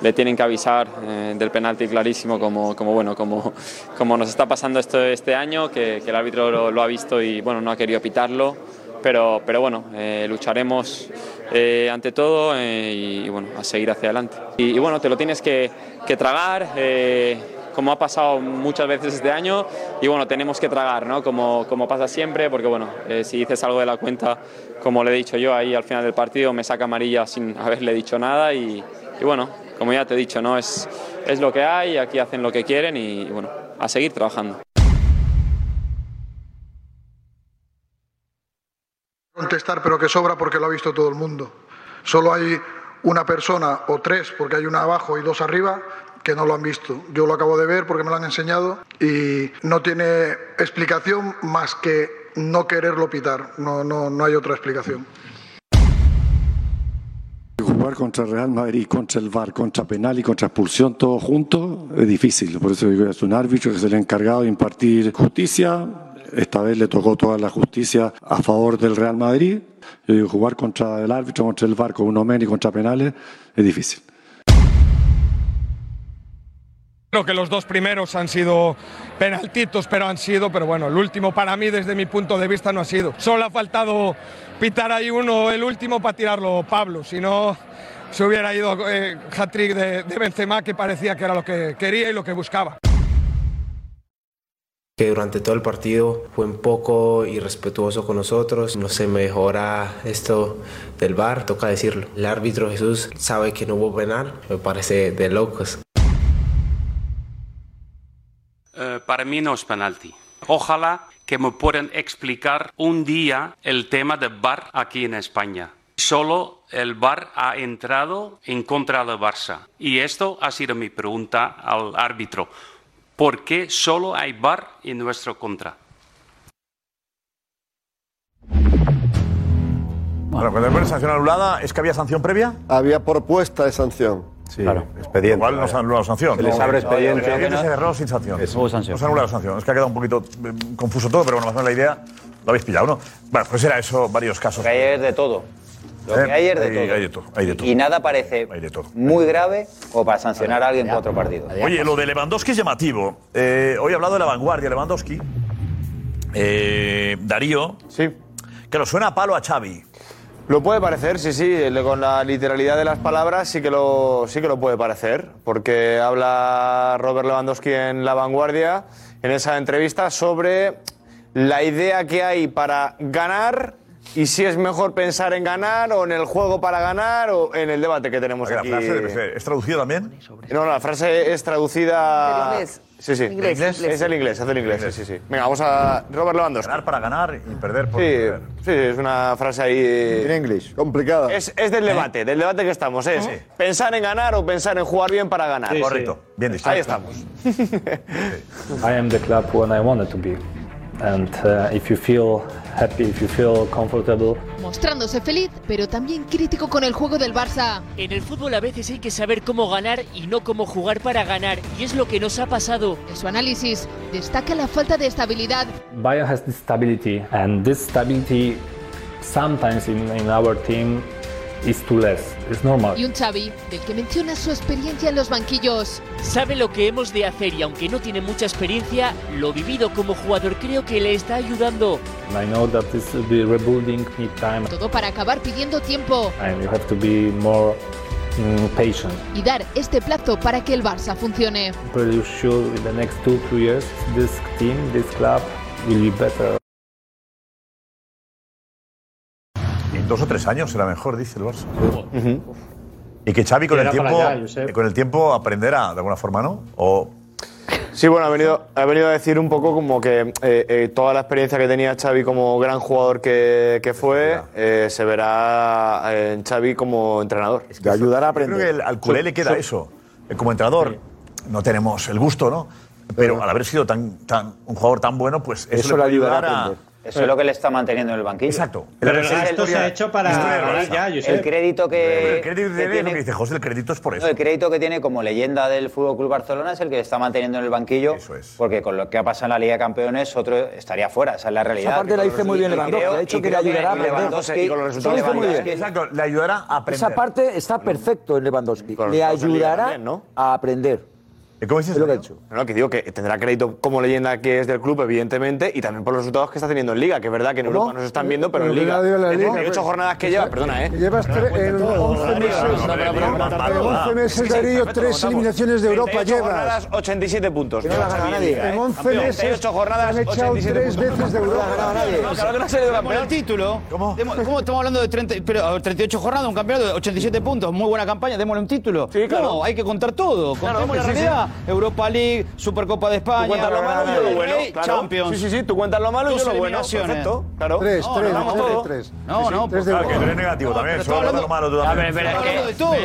le tienen que avisar eh, del penalti clarísimo, como, como, bueno, como, como nos está pasando esto este año, que, que el árbitro lo, lo ha visto y bueno, no ha querido pitarlo. Pero, pero bueno, eh, lucharemos eh, ante todo eh, y, y, bueno, a seguir hacia adelante. Y, y bueno, te lo tienes que, que tragar, eh, como ha pasado muchas veces este año, y bueno, tenemos que tragar, ¿no? Como, como pasa siempre, porque bueno, eh, si dices algo de la cuenta, como le he dicho yo ahí al final del partido, me saca amarilla sin haberle dicho nada y, y bueno, como ya te he dicho, ¿no? Es, es lo que hay, aquí hacen lo que quieren y, y bueno, a seguir trabajando.
contestar, pero que sobra porque lo ha visto todo el mundo. Solo hay una persona o tres, porque hay una abajo y dos arriba, que no lo han visto. Yo lo acabo de ver porque me lo han enseñado y no tiene explicación más que no quererlo pitar. No, no, no hay otra explicación.
Jugar contra Real Madrid, contra el VAR, contra penal y contra expulsión, todo junto, es difícil. Por eso digo, es un árbitro que se le ha encargado de impartir justicia, esta vez le tocó toda la justicia a favor del Real Madrid. Yo digo, jugar contra el árbitro, contra el barco, uno menos y contra penales es difícil.
Creo que los dos primeros han sido penaltitos, pero han sido, pero bueno, el último para mí desde mi punto de vista no ha sido. Solo ha faltado pitar ahí uno, el último para tirarlo Pablo, si no se hubiera ido eh, hat-trick de, de Benzema que parecía que era lo que quería y lo que buscaba
que durante todo el partido fue un poco irrespetuoso con nosotros. No se mejora esto del bar, toca decirlo. El árbitro Jesús sabe que no hubo penal, me parece de locos.
Eh, para mí no es penalti. Ojalá que me puedan explicar un día el tema del bar aquí en España. Solo el bar ha entrado en contra del Barça. Y esto ha sido mi pregunta al árbitro. ¿Por qué solo hay VAR en nuestro contra?
Bueno, cuando hay una sanción anulada, ¿es que había sanción previa?
Había propuesta de sanción.
Sí, expediente. Igual no se ha anulado sanción.
Se les abre expediente.
Creo que
No.
se cerró sin sanción.
Eso, hubo sanción.
No se ha anulado sanción. Es que ha quedado un poquito eh, confuso todo, pero bueno, más o menos la idea lo habéis pillado, ¿no? Bueno, pues era eso, varios casos.
Porque ayer de todo. Lo que
Eh,
hay es de
hay-
todo.
hay de todo, hay de todo.
Y nada parece muy grave o para sancionar a alguien por otro partido.
Oye, lo de Lewandowski es llamativo. Eh, hoy he hablado de la vanguardia Lewandowski. Eh, Darío. Sí. Claro, suena a palo a Xavi.
Lo puede parecer, sí, sí, le- con la literalidad de las palabras sí que lo, sí que lo puede parecer, porque habla Robert Lewandowski en La Vanguardia, en esa entrevista, sobre la idea que hay para ganar y si es mejor pensar en ganar o en el juego para ganar o en el debate que tenemos
La
aquí.
frase debe ser- ¿Es traducida también?
No, la frase es traducida...
Del inglés.
Sí, sí.
Del inglés,
Es
inglés.
el inglés, es del inglés,
Inglés.
sí, sí, sí. Venga, vamos a Robert Lewandowski.
Ganar para ganar y perder por
Sí,
perder.
sí, es una frase ahí... En
inglés, complicada.
Es, es
¿Eh?
del debate, del debate que estamos. Es pensar en ganar o pensar en jugar bien para ganar.
Sí, Correcto, sí. bien dicho.
Ahí estamos.
I am the club when I wanted to be. And uh, if you feel happy, if you feel comfortable,
Mostrándose feliz, pero también crítico con el juego del Barça.
<laughs> En el fútbol a veces hay que saber cómo ganar y no cómo jugar para ganar, y es lo que nos ha pasado.
En su análisis destaca la falta de estabilidad
Bayern has this stability, and this stability sometimes in, in our team is too less. It's normal.
y un Xavi del que menciona su experiencia en los banquillos.
Sabe lo que hemos de hacer y aunque no tiene mucha experiencia, lo vivido como jugador creo que le está ayudando.
And I know that this will be rebuilding need time,
Todo para acabar pidiendo tiempo
and you have to be more mm, patient.
y dar este plazo para que el Barça funcione.
Pretty sure in the next two, three years, this team, this club will be better.
En dos o tres años será mejor, dice el Barça. Y que Xavi con
Era
el,
para
tiempo,
allá, Josep.
eh, con el tiempo aprenderá, de alguna forma, ¿no? O
Sí, bueno, ha venido, ha venido a decir un poco como que eh, eh, toda la experiencia que tenía Xavi como gran jugador que, que fue, eh, se verá en Xavi como entrenador. De ayudar a
Yo creo que el- al culé le queda eso. Eh, Como entrenador, no tenemos el gusto, ¿no? Pero al haber sido tan, tan, un jugador tan bueno, pues eso, le
Eso le
puede
ayudará
ayudar
a
a,
aprender.
Eso es lo que le está manteniendo en el banquillo. Exacto.
Pero el gasto se ha hecho para ganar ya, Josep.
El crédito que.
El crédito
que
de-
tiene-
lo que dice
José, el crédito es por
No, el crédito que tiene como leyenda del Fútbol Club Barcelona es el que le está manteniendo en el banquillo. Porque con lo que ha pasado en la Liga de Campeones, otro estaría fuera. Esa es la realidad.
Aparte, la hice muy bien
Y
Lewandowski,
creo-
ha dicho
y
que le
creo
ayudará a aprender.
Lewandowski-
Y con los resultados
Lewandowski-
muy bien.
Exacto, le ayudará a aprender.
Esa parte está perfecto en Lewandowski.
Con los
Le
dos en Liga
ayudará
también, ¿no?
a aprender.
¿Cómo dices?
Es lo que ha hecho.
No, no, que digo que tendrá crédito como leyenda que es del club, evidentemente, y también por los resultados que está teniendo en Liga, que es verdad que en Europa no se están viendo, pero en
Eh, Pero que
Liga.
nadie la
En
liga,
18
pues.
jornadas que lleva, perdona, ¿eh?
Llevas tres- en 11 meses. En 11 meses, Darío, tres eliminaciones de Europa
38
llevas.
jornadas, 87 puntos.
Que no la gana nadie. eh, En 11 meses
38 jornadas,
han echado
87
tres
puntos.
veces de Europa.
No, claro que no ha salido campeón. el título. ¿Cómo? ¿Cómo estamos hablando de 30, pero, a ver, 38 jornadas, un campeonato de 87 puntos? Muy buena campaña, démosle un título. No, hay que contar todo.
Claro,
Contemos
que
la
sí,
realidad. Europa League, Supercopa de España,
Tú cuentas lo malo y yo lo
Rey,
bueno. claro.
Champions.
Sí, sí, sí, tú cuentas lo malo y
Dos
yo lo bueno.
eliminaciones.
Perfecto, claro.
Tres,
No,
tres,
hablamos
tres,
todo.
tres. No, Sí, sí, no, tres de
Claro, Ah, que tú eres
No,
negativo también,
pero
solo
está
hablas lo malo tú
Ya,
también.
pero, pero es, que, es que, Josep,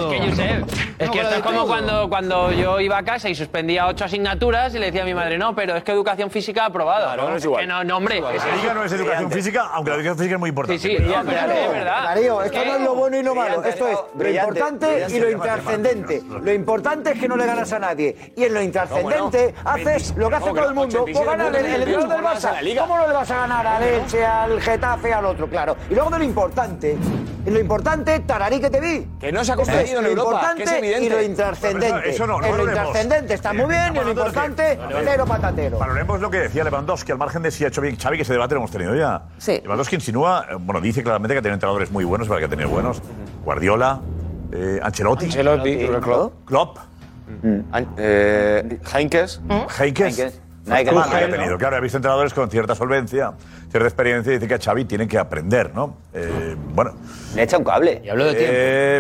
es que esto es como cuando, cuando yo iba a casa y suspendía ocho asignaturas y le decía a mi madre, no, pero es que educación física aprobada.
Claro, no es
que
igual.
no, no, hombre.
Esa liga no es educación física, aunque la educación física es muy importante.
Sí, sí, ya, pero es verdad.
Darío, esto
que-
no es lo bueno y lo malo. Esto es lo
brillante,
importante
brillante.
y lo intrascendente. Lo importante es que no le ganas a nadie. Y en lo intrascendente
No, bueno.
haces lo que hace
No, que
todo el mundo.
87
Vos ganas el,
puntos,
el gol del
¿cómo ganas a la
Barça.
Liga?
¿Cómo no le vas a ganar a Leche, al Getafe, al otro? Claro. Y luego de lo importante. Y lo importante, tararí que te vi.
Que no se ha
Esto es
comprendido en
lo
Europa, que es
importante
evidente.
y lo intrascendente.
Eso no,
En
no
lo
valoremos.
intrascendente está muy bien y en lo
Hablando de que-
importante,
Vale.
cero patatero.
Valoremos lo que decía Lewandowski, al margen de si ha hecho bien Xavi, que ese debate lo hemos tenido ya. Lewandowski insinúa, eh, bueno, dice claramente que ha tenido entrenadores muy buenos, para que ha tenido buenos. Guardiola, eh, Ancelotti.
Ancelotti, Jürgen Klopp.
Klopp.
An- eh, Heinkes.
Heinkes.
Nike,
Mal que ha
¿no?
tenido. Claro, ha visto entrenadores con cierta solvencia, cierta experiencia, y dice que a Xavi tiene que aprender, ¿no? Eh, bueno.
Le echa un cable.
Y
habló de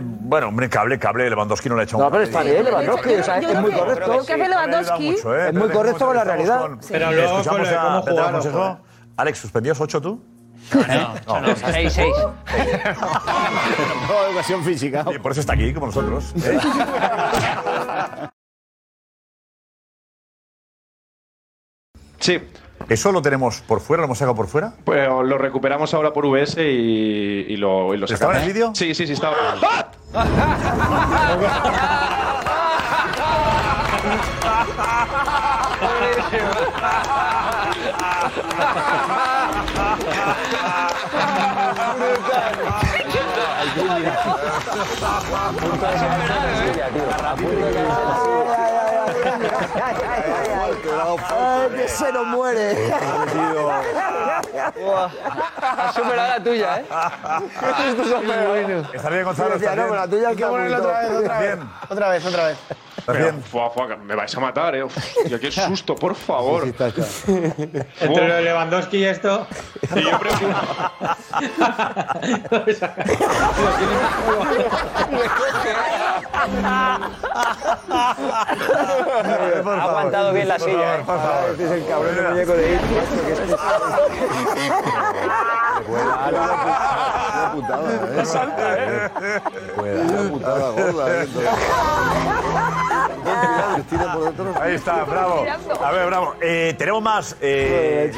tiempo.
bueno, hombre, cable, cable, Lewandowski no le ha echado un
No, pero
cable.
está bien, Levandowski. O sea, es muy correcto.
Creo que hace Lewandowski.
Es muy correcto con la realidad. Eh,
Pero luego escuchamos a, cómo consejo. Alex, ¿suspendías 8 tú? No, no,
Seis, seis.
<laughs> educación física. Y por eso está aquí, como nosotros. ¿eh?
Sí.
¿Eso lo tenemos por fuera? ¿Lo hemos sacado por fuera?
Pues lo recuperamos ahora por VS y, y lo, y lo
¿Estaba
sacamos.
en el vídeo?
Sí, sí, sí, estaba.
Ay, que se nos muere.
Ha superado la tuya, ¿eh?
Esto es
bueno. Ah, Está bien, Gonzalo.
Decía, no,
Está bien.
pero la tuya está muy
otra
top.
vez, otra vez.
Bien.
Otra vez, otra vez.
Pero, fua, fua, que me vais a matar, eh. Hostia,
<laughs>
qué susto, por favor.
Entre lo de Lewandowski y esto.
Ha aguantado bien la silla. ¿eh?
Ah.
Este es el cabrón del muñeco de Hitler, que es que-
<laughs> Ahí está, bravo. A ver, bravo. Eh, tenemos más. eh,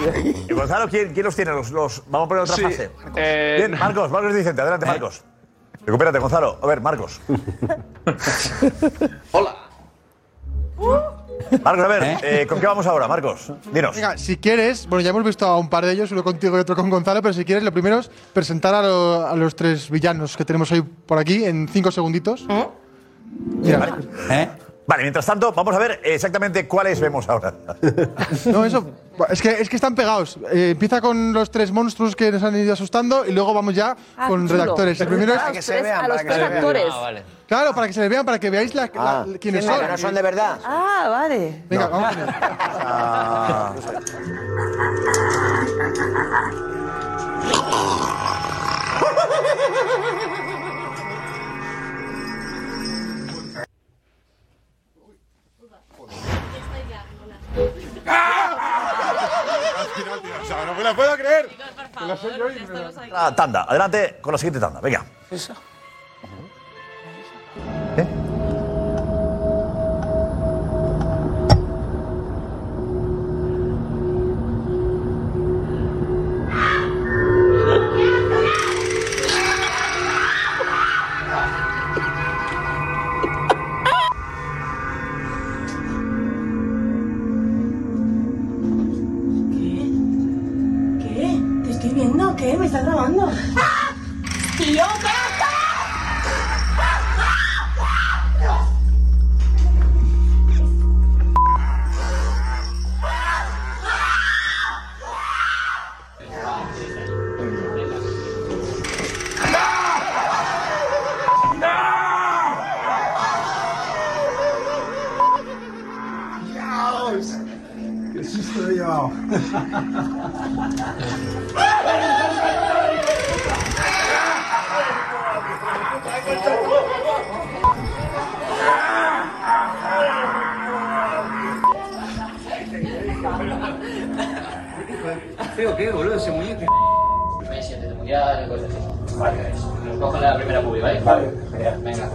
Gonzalo, ¿quién, quién los tiene? Los, los- vamos a poner otra
Sí,
fase.
eh,
Bien, Marcos, Marcos Vicente, adelante, Marcos. Recupérate, Gonzalo. A ver, Marcos. Hola. Marcos, a ver, eh, ¿con qué vamos ahora, Marcos? Dinos.
Venga, si quieres, bueno, ya hemos visto a un par de ellos, uno contigo y otro con Gonzalo, pero si quieres, lo primero es presentar a, lo- a los tres villanos que tenemos hoy por aquí en cinco segunditos.
Vale. Vale, mientras tanto, vamos a ver exactamente cuáles vemos ahora.
No, eso. Es que, es que están pegados. Eh, empieza con los tres monstruos que nos han ido asustando y luego vamos ya
Ah,
con
chulo.
redactores. El primero es.
A los tres- a los tres actores.
Claro, para que se les vean, para que veáis la, la-
Ah,
quiénes
ah,
son.
que no son de verdad.
Ah, vale.
Venga, vamos con él.
no me la puedo creer. La tanda, adelante con la siguiente tanda, venga.
¡Ah!
¿eh? está grabando. Y yo,
Es estoy yo.
¿Feo qué, boludo? Ese muñeco. Referencia de mundial y cosas así. Vale. Cojo la primera movie, ¿vale? Vale. Venga.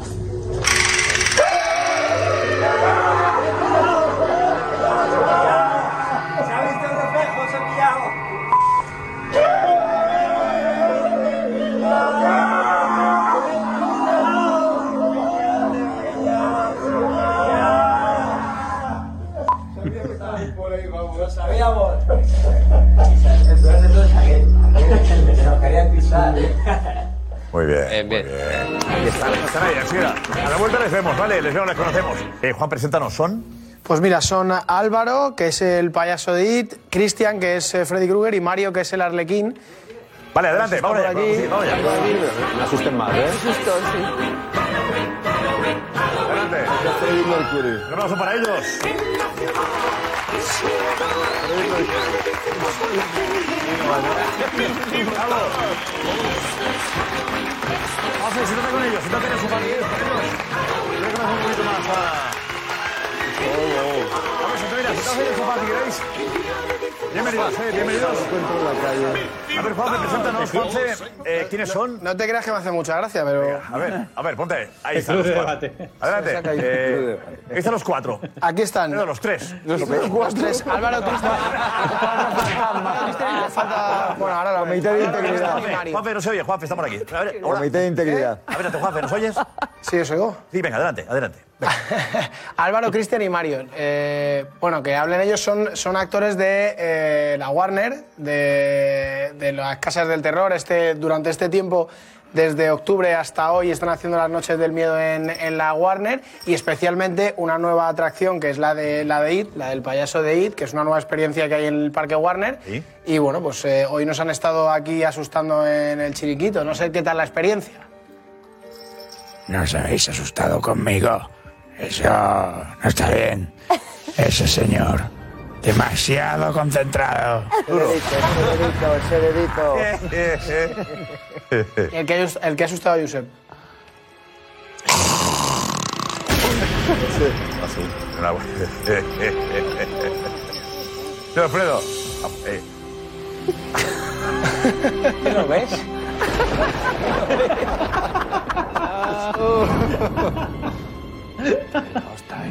Muy bien. Bien, bien. A la vuelta les vemos, ¿vale? Les vemos, les conocemos. Eh, Juan, preséntanos, son.
Pues mira, son Álvaro, que es el payaso de It, Cristian, que es eh, Freddy Krueger, y Mario, que es el arlequín.
Vale, adelante,
Están
vamos
Pues por
allá.
aquí.
sí, vamos allá.
No asusten más, ¿eh?
Justo, sí.
Adelante. Un aplauso para ellos. Vamos, siéntate con ellos, siéntate en su parque. Ven con un poquito más para... Vamos, siéntate, mira, siéntate en el sofá si queréis. Bienvenidos, eh, bienvenidos. A ver, Juanfe, preséntanos, Juanfe. Eh, ¿Quiénes son?
No te creas que me hace mucha gracia, pero.
A ver, a ver, ponte. Ahí están
Club de
los cuatro.
debate.
Adelante.
Se saca ahí el
Eh,
club de debate.
ahí están los cuatro.
Aquí están.
No, los tres.
Los tres. Álvaro, tú estás. Falta. Bueno, ahora la mitad de integridad.
Juanfe, Juanfe, no se oye. Juanfe, está por aquí. A ver, hola.
Comité de integridad.
A ver, Juanfe, ¿nos oyes?
Sí, os oigo.
Sí, venga, adelante, adelante.
Álvaro, Cristian y Mario. Eh, bueno, que hablen ellos, son, son actores de eh, la Warner, de, de las casas del terror. Este, durante este tiempo, desde octubre hasta hoy, están haciendo las noches del miedo en, en la Warner y especialmente una nueva atracción que es la de, la de IT, la del payaso de IT, que es una nueva experiencia que hay en el Parque Warner. Y bueno, pues eh, hoy nos han estado aquí asustando en el Chiriquito. No sé qué tal la experiencia.
No os habéis asustado conmigo. Eso no está bien. Ese señor. Demasiado concentrado.
El que, ha- el que ha asustado a Josep.
Así. Bravo. <laughs> Tío Alfredo. eh,
¿Lo ves?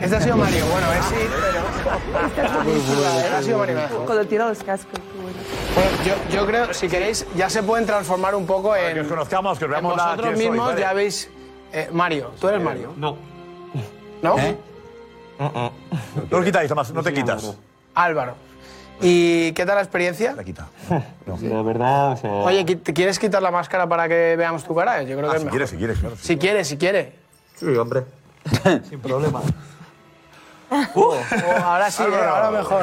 Este ha sido Mario, bueno, es sí, pero. Ha sido Mario.
Con el tiro los cascos. qué bueno.
Bueno, yo, yo creo, si queréis, ya se pueden transformar un poco en. Que os
conozcamos, que os
veamos
la-
Vosotros
quién sois,
mismos
¿vale?
ya veis. eh, Mario, tú eres Mario. No. ¿No?
No os quitáis, Mm, Tomás, no te quitas.
Álvaro. ¿Y qué tal la experiencia? La
quita.
La verdad, o sea.
Oye, qui- ¿te quieres quitar la máscara para que veamos tu cara? Yo creo que
Ah, si
es mejor.
quieres, si quieres,
claro,
Si quieres, si quieres.
Sí, hombre. Sin problema.
Oh, ahora sí, eh, ahora mejor.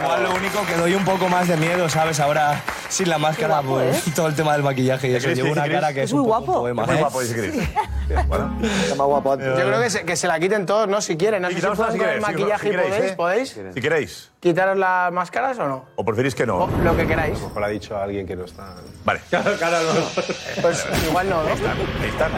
Igual lo único que doy un poco más de miedo, ¿sabes? Ahora sin la máscara, pues todo el tema del maquillaje y eso.
crees,
Llevo
qué
una
crees?
cara que
¿eh? Es
es, un
muy
poco
guapo.
un poema.
Es muy
¿eh?
guapo, dice Chris.
Está más guapo.
Yo creo que se, que se la quiten todos, ¿no? Si quieren. No sé si
quitaros la
pueden
si
con el
queréis, si-
maquillaje
si
y
queréis,
podéis.
¿eh?
¿Podéis?
Si queréis.
¿Quitaros las máscaras o no?
¿O preferís que no?
Lo que queráis.
mejor ha dicho alguien que no está. <laughs>
Vale.
Pues igual no, ¿no?
Ahí están.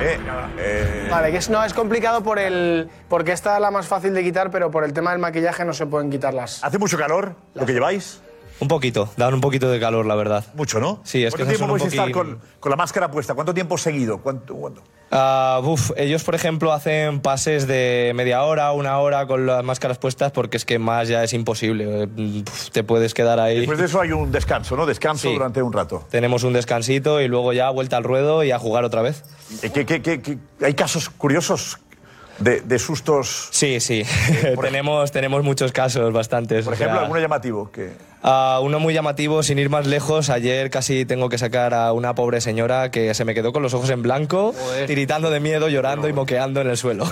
Eh, eh,
Vale, que es, no, es complicado por el, porque esta es la más fácil de quitar, pero por el tema del maquillaje no se pueden quitar las...
¿Hace mucho calor lo que lleváis?
Un poquito, dan un poquito de calor, la verdad.
Mucho, ¿no?
Sí, es
¿Cuánto
que esas
tiempo
son un
podéis estar
poquín-
con, con la máscara puesta? ¿Cuánto tiempo seguido? ¿Cuánto? cuánto?
Ah, buf, ellos, por ejemplo, hacen pases de media hora, una hora con las máscaras puestas porque es que más ya es imposible. Eh, mm, puf, Te puedes quedar ahí.
Después de eso hay un descanso, ¿no? Descanso
Sí.
durante un rato.
Tenemos un descansito y luego ya vuelta al ruedo y a jugar otra vez.
Eh, ¿qué- qué- qué- qué- hay casos curiosos de, de sustos.
Sí, sí. <laughs> tenemos, tenemos muchos casos, bastantes.
Por
o sea-
ejemplo, alguno llamativo que.
Ah, uno muy llamativo, sin ir más lejos, ayer casi tengo que sacar a una pobre señora que se me quedó con los ojos en blanco, tiritando de miedo, llorando y moqueando en el suelo.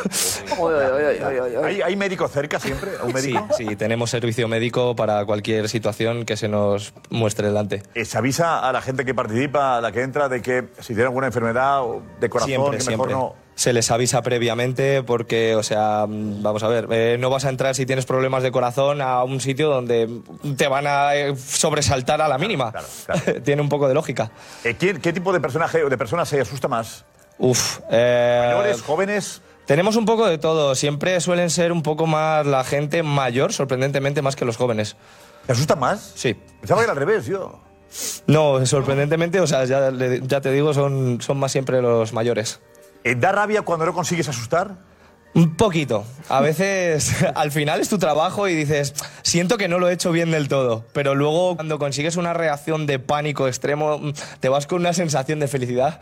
¿Hay, hay médico cerca siempre? ¿Un
Sí,
médico?
sí, tenemos servicio médico para cualquier situación que se nos muestre delante.
Eh, ¿Se avisa a la gente que participa, a la que entra, de que si tiene alguna enfermedad o de corazón, que mejor no.
Se les avisa previamente porque, o sea, mm, vamos a ver, eh, no vas a entrar si tienes problemas de corazón a un sitio donde te van a eh, sobresaltar a la mínima. <laughs> Tiene un poco de lógica.
Eh, ¿Qué, qué tipo de personaje o de personas se asusta más?
Uf. eh,
¿Mayores, jóvenes?
Tenemos un poco de todo. Siempre suelen ser un poco más la gente mayor, sorprendentemente más que los jóvenes.
¿Te asustan más?
Sí.
Pensaba que era al revés,
<laughs>
yo.
No, sorprendentemente, o sea, ya, le- ya te digo, son, son más siempre los mayores.
Eh, ¿Da rabia cuando no consigues asustar?
Un poquito. A veces <laughs> al final es tu trabajo y dices, siento que no lo he hecho bien del todo. Pero luego cuando consigues una reacción de pánico extremo, mm, te vas con una sensación de felicidad.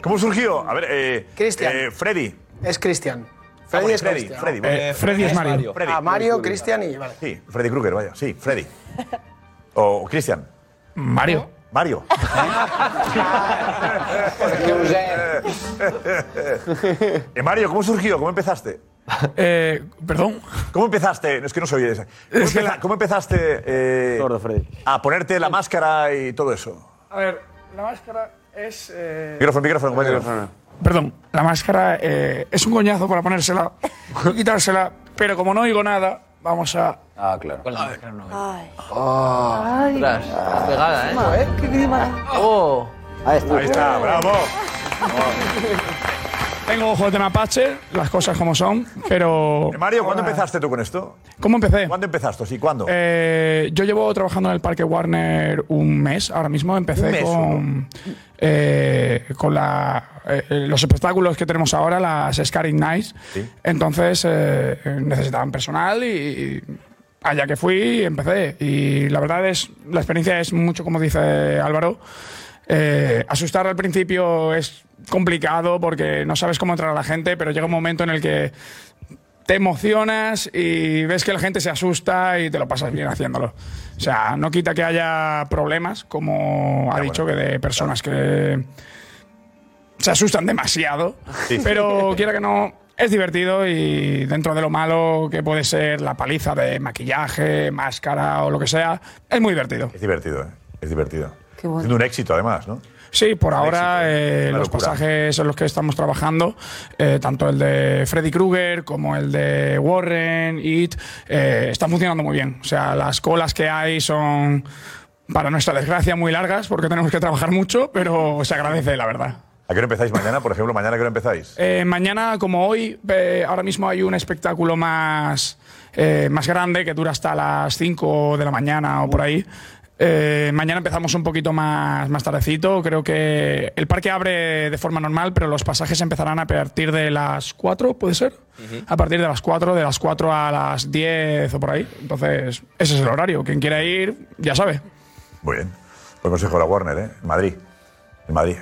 ¿Cómo surgió? A ver, eh,
Cristian.
eh, Freddy.
Es Cristian.
Ah,
Freddy
bueno,
es
Freddy,
Cristian.
Freddy, bueno. Eh,
Freddy es Mario.
Freddy.
Ah, Mario, Cristian y. Vale.
Sí, Freddy Krueger, vaya, sí, Freddy. ¿O Cristian? Mario. Mario. Eh, Mario, ¿cómo surgió?
<laughs>
¿Cómo empezaste?
Eh, Perdón.
¿Cómo empezaste? No, Es que no se oye esa. ¿Cómo, empeza- cómo empezaste eh, a ponerte la máscara y todo eso?
A ver, la máscara es. eh,
Micrófono, micrófono, compañero.
Perdón, la máscara eh, es un coñazo para ponérsela y quitársela, pero como no oigo nada, vamos a.
Ah, claro.
Con la
Ay.
Ostras,
Ah.
pegada, ¿eh?
Ma, qué grima. Oh. Ahí está.
Ahí está, bravo. Tengo ojo de mapache, las cosas como son, pero.
Eh, Mario, ¿cuándo empezaste tú con esto?
¿Cómo empecé?
¿Cuándo empezaste? ¿Sí? ¿Cuándo?
Eh, yo llevo trabajando en el Parque Warner un mes. Ahora mismo empecé
Un mes,
con, eh, con la, eh, eh, los espectáculos que tenemos ahora, las Scaring Nights. Entonces eh, necesitaban personal y, y allá que fui empecé. Y la verdad es, la experiencia es mucho como dice Álvaro. Eh, asustar al principio es complicado porque no sabes cómo entrar a la gente, pero llega un momento en el que te emocionas y ves que la gente se asusta y te lo pasas bien haciéndolo. O sea, no quita que haya problemas, como ha dicho, que de personas que se asustan demasiado,
Sí.
pero quiera que no, es divertido y dentro de lo malo que puede ser la paliza de maquillaje, máscara o lo que sea, es muy divertido.
Es divertido, ¿eh? Es divertido. Siendo un éxito, además, ¿no?
Sí, por ahora eh,
Una
los
locura.
pasajes en los que estamos trabajando, eh, tanto el de Freddy Krueger como el de Warren, It, eh, están funcionando muy bien. O sea, las colas que hay son, para nuestra desgracia, muy largas porque tenemos que trabajar mucho, pero se agradece, la verdad.
¿A qué hora empezáis mañana, por ejemplo? ¿Mañana a qué hora empezáis?
Eh, mañana, como hoy, eh, ahora mismo hay un espectáculo más, eh, más grande que dura hasta las 5 de la mañana o por ahí. Eh, mañana empezamos un poquito más, más tardecito. Creo que el parque abre de forma normal, pero los pasajes empezarán a partir de las 4, ¿puede ser? A partir de las 4, de las 4 a las 10 o por ahí. Entonces, ese es el horario. Quien quiera ir, ya sabe.
Muy bien. Buen consejo de la Warner, ¿eh? En Madrid. En Madrid.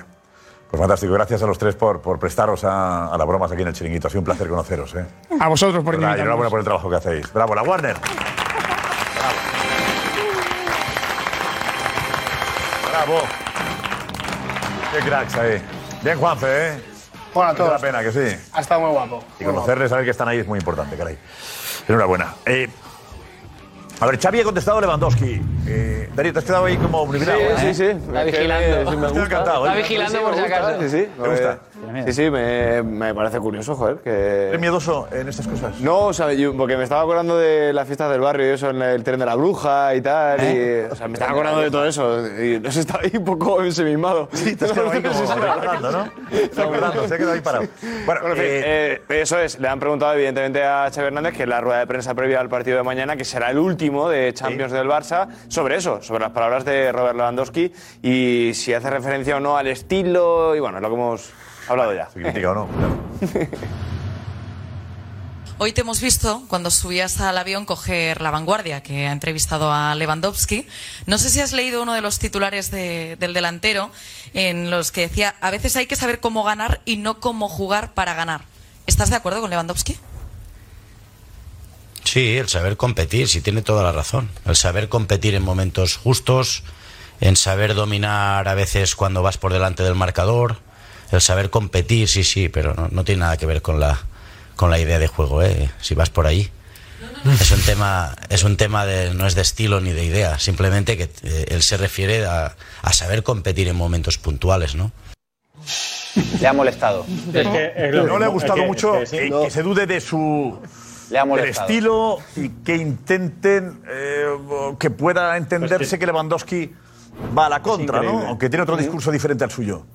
Pues fantástico. Gracias a los tres por, por prestaros a, a las bromas aquí en el chiringuito. Ha sido un placer conoceros, ¿eh?
A vosotros por
Verdad, y
invitarnos.
enhorabuena por el trabajo que hacéis. Bravo, la Warner. Bravo. Bravo. Qué cracks ahí. Bien, Juanfe, ¿eh?
Bueno, a
Merece la
todos.
pena que sí.
Ha estado muy guapo.
Y
muy guapo.
conocerles, saber que están ahí es muy importante, caray. Enhorabuena. Eh, a ver, Xavi ha contestado a Lewandowski. Eh, Darío, te has quedado ahí como obnubilado.
Sí,
¿eh?
sí, sí.
Está vigilando.
Sí, me
Estoy
gusta.
encantado. ¿eh?
Sí, sí, me gusta, Sí, sí.
Me gusta.
Sí, sí, me, me parece curioso, joder. Que... ¿Eres
miedoso en estas cosas?
No, o sea, yo- porque me estaba acordando de las fiestas del barrio y eso, en el tren de la bruja y tal.
¿Eh?
Y, o sea, me estaba acordando de todo eso. Y no sé, estaba ahí un poco <laughs> ensimismado. Sí,
te has quedado ahí como recordando, ¿no? Recordando, se ha quedado ahí parado. Bueno,
en fin, eh, eso es. Le han preguntado, evidentemente, a Xavi Hernández, que en la rueda de prensa previa al partido de mañana, que será el último de Champions del Barça, sobre eso, sobre las palabras de Robert Lewandowski y si hace referencia o no al estilo y bueno, lo que hemos hablado ya.
¿Se critica o no?
Hoy te hemos visto cuando subías al avión coger La Vanguardia, que ha entrevistado a Lewandowski. No sé si has leído uno de los titulares de- del delantero en los que decía, a veces hay que saber cómo ganar y no cómo jugar para ganar. ¿Estás de acuerdo con Lewandowski?
Sí, el saber competir, sí tiene toda la razón. El saber competir en momentos justos, en saber dominar a veces cuando vas por delante del marcador, el saber competir, sí, sí, pero no, no tiene nada que ver con la con la idea de juego, ¿eh? Si vas por ahí. Es un tema, es un tema de, no es de estilo ni de idea, simplemente que eh, él se refiere a, a saber competir en momentos puntuales, ¿no?
Le ha molestado.
no le ha gustado mucho eh, que se dude de su del
molestado.
estilo y que intenten eh, que pueda entenderse Pues que Lewandowski va a la contra, ¿no?
increíble.
Aunque tiene otro discurso diferente al suyo.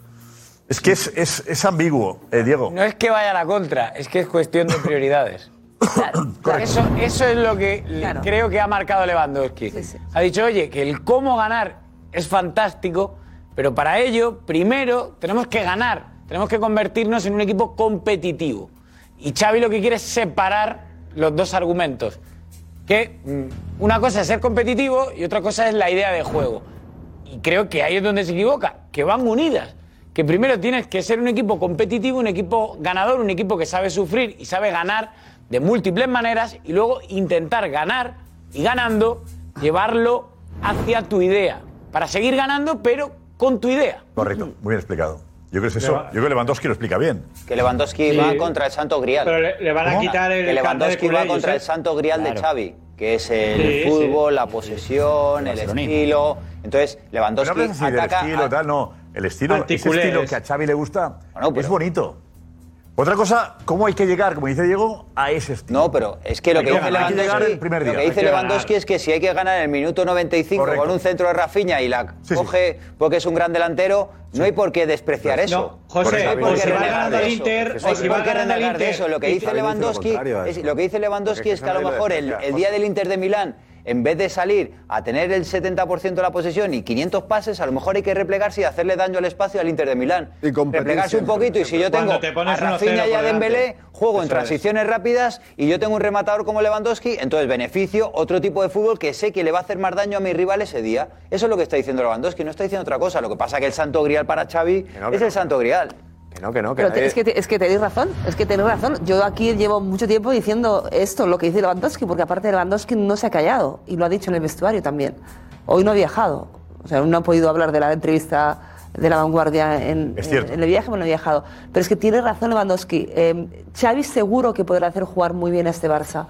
Es que es, es- es ambiguo, eh, Diego.
No es que vaya a la contra, es que es cuestión de <coughs> prioridades. Eso, eso es lo que le- creo que ha marcado Lewandowski. Ha dicho, oye, que el cómo ganar es fantástico, pero para ello, primero, tenemos que ganar, tenemos que convertirnos en un equipo competitivo. Y Xavi lo que quiere es separar los dos argumentos. Que mm, una cosa es ser competitivo y otra cosa es la idea de juego. Y creo que ahí es donde se equivoca, que van unidas. Que primero tienes que ser un equipo competitivo, un equipo ganador, un equipo que sabe sufrir y sabe ganar de múltiples maneras y luego intentar ganar y ganando llevarlo hacia tu idea. Para seguir ganando, pero con tu idea.
Correcto, muy bien explicado. Yo creo que es eso.
Leva-
Yo creo que Lewandowski lo explica bien.
Que Lewandowski
Sí.
va contra el Santo Grial.
Pero le- le van a
¿Cómo?
quitar el
Que Lewandowski
escándalo de
va
Cunha,
contra
¿sí?
el Santo Grial de
Claro.
Xavi, que es el
Sí, sí.
fútbol, la posesión, el
Barcelonismo.
estilo. Entonces,
Pero
Lewandowski
no hables así del
ataca
estilo,
a-
tal, no. El estilo, ese
Articulés.
estilo que a Xavi le gusta es bonito. Otra cosa, ¿cómo hay que llegar, como dice Diego, a ese estilo? No,
pero es que lo que dice
Hay que llegar el
Lewandowski,
primer día.
lo que dice Lewandowski es que si hay que ganar en el minuto 95 con un centro de Rafinha y la coge porque es un gran delantero, no hay por qué despreciar eso.
José,
No hay
o
por qué
si va
renegar
ganando
de
el
eso.
Inter,
No
o
hay
si
por
va
qué
ganando el
renegar de
Inter.
eso. Lo que
Y
dice
Xavi dice lo
Lewandowski
contrario a
es-
eso.
lo que dice Lewandowski
Porque
es que a lo
Xavi le
mejor el
despreciaba.
el día del Inter de Milán en vez de salir a tener el 70% de la posesión y 500 pases, a lo mejor hay que replegarse y hacerle daño al espacio al Inter de Milán. replegarse un poquito y si yo tengo
Cuando te pones
a
1-0
Rafinha y a
por delante.
Dembélé, juego
Eso
en
es.
transiciones rápidas y yo tengo un rematador como Lewandowski, entonces beneficio otro tipo de fútbol que sé que le va a hacer más daño a mi rival ese día. Eso es lo que está diciendo Lewandowski, no está diciendo otra cosa. Lo que pasa que el santo grial para Xavi es el santo grial.
Que no, que no,
Pero te- es, que, te- es que tenéis razón, es que tenéis razón. Yo aquí llevo mucho tiempo diciendo esto, lo que dice Lewandowski, porque aparte Lewandowski no se ha callado y lo ha dicho en el vestuario también. Hoy no ha viajado, o sea, no han podido hablar de la entrevista de la vanguardia en,
Es cierto.
en el viaje, bueno, no ha viajado. Pero es que tiene razón Lewandowski. Eh, Xavi seguro que podrá hacer jugar muy bien a este Barça,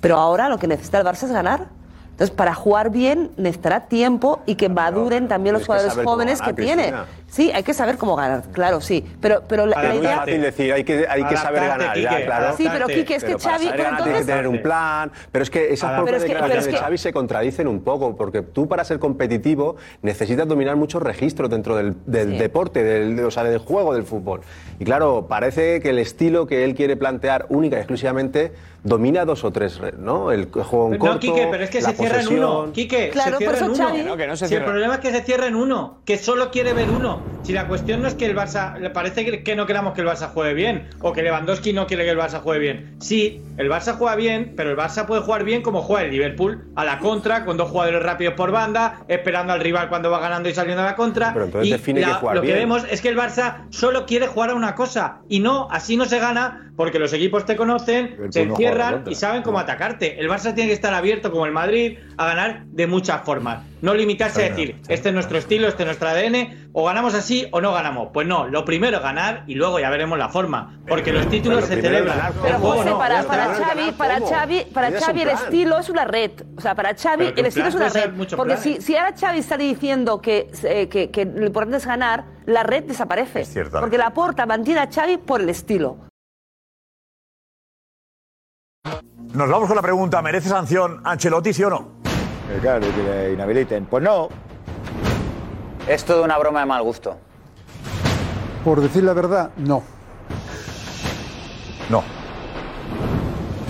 pero ahora lo que necesita el Barça es ganar. Entonces, para jugar bien necesitará tiempo y que maduren también los
tienes que
jugadores
saber cómo
jóvenes que
ganar,
tiene.
Cristina.
Sí, hay que saber cómo ganar, claro, sí. Pero, pero la, la
Es muy
idea.
fácil decir, hay que, hay que saber Adaptarte, ganar, ya, Quique, claro.
Sí, pero Quique, es que
Pero para
Xavi,
saber
pero
ganar tienes que
entonces-
tener un plan. Pero es que esas
Adaptarte. Pero
propias
es que-
declaraciones
pero es
de
que-
Xavi se contradicen un poco, porque tú para ser competitivo necesitas dominar muchos registros dentro del, del
Sí.
deporte, del, de- o sea, del juego del fútbol. Y claro, parece que el estilo que él quiere plantear única y exclusivamente domina dos o tres, re- ¿no? El juego en
No,
corto,
Quique, pero es que
la
se cierra en uno.
posesión.
Quique, se cierra en uno. si el problema es que se cierra en uno, que solo quiere ver uno. Si la cuestión no es que el Barça, le parece que- que no queramos que el Barça juegue bien, o que Lewandowski no quiere que el Barça juegue bien. Sí, el Barça juega bien, pero el Barça puede jugar bien como juega el Liverpool, a la contra, con dos jugadores rápidos por banda, esperando al rival cuando va ganando y saliendo a la contra.
Pero entonces
Y
define que jugar
lo que
bien.
vemos es que el Barça solo quiere jugar a una cosa y no, así no se gana porque los equipos te conocen,
Liverpool
se
no juega
encierran
contra.
y saben cómo atacarte. El Barça tiene que estar abierto como el Madrid a ganar de muchas formas. No limitarse a decir, este es nuestro estilo, este es nuestro ADN, o ganamos así o no ganamos. Pues no, lo primero ganar y luego ya veremos la forma, porque los títulos
pero
se
lo primero es
celebran.
ganar,
el
Pero,
juego
José,
no.
Para,
Ya
para
está.
Xavi, para Xavi, para
Ideas
Xavi
son
el
plan.
estilo es una red. O sea, para Xavi
Pero que
el
un
estilo es
plan
una
puede
red.
ser muchos
Porque
planes.
si, si ahora Xavi está diciendo que, eh, que, que lo importante es ganar, la red desaparece.
cierto.
Porque la porta mantiene a Xavi por el estilo.
Nos vamos con la pregunta, ¿merece sanción Ancelotti, sí o no?
Eh, claro, que le inhabiliten. Pues no.
Es toda una broma de mal gusto.
Por decir la verdad, no.
No.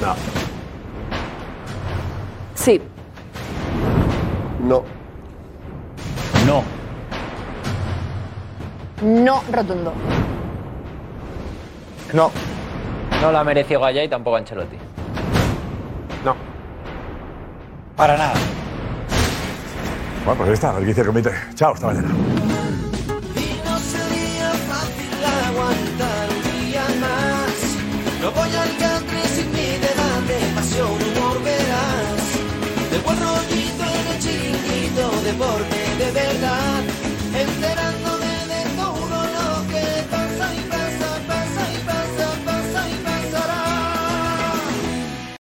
No.
Sí.
No.
No.
No rotundo.
No.
No la mereció Gaya y tampoco Ancelotti.
Para nada. Bueno, pues ahí está, el que dice el comité. Chao, hasta mañana.
Y no sería fácil aguantar un día más. No voy al country sin mi delante, pasión, humor verás. De buen rollito en el chiquito deporte.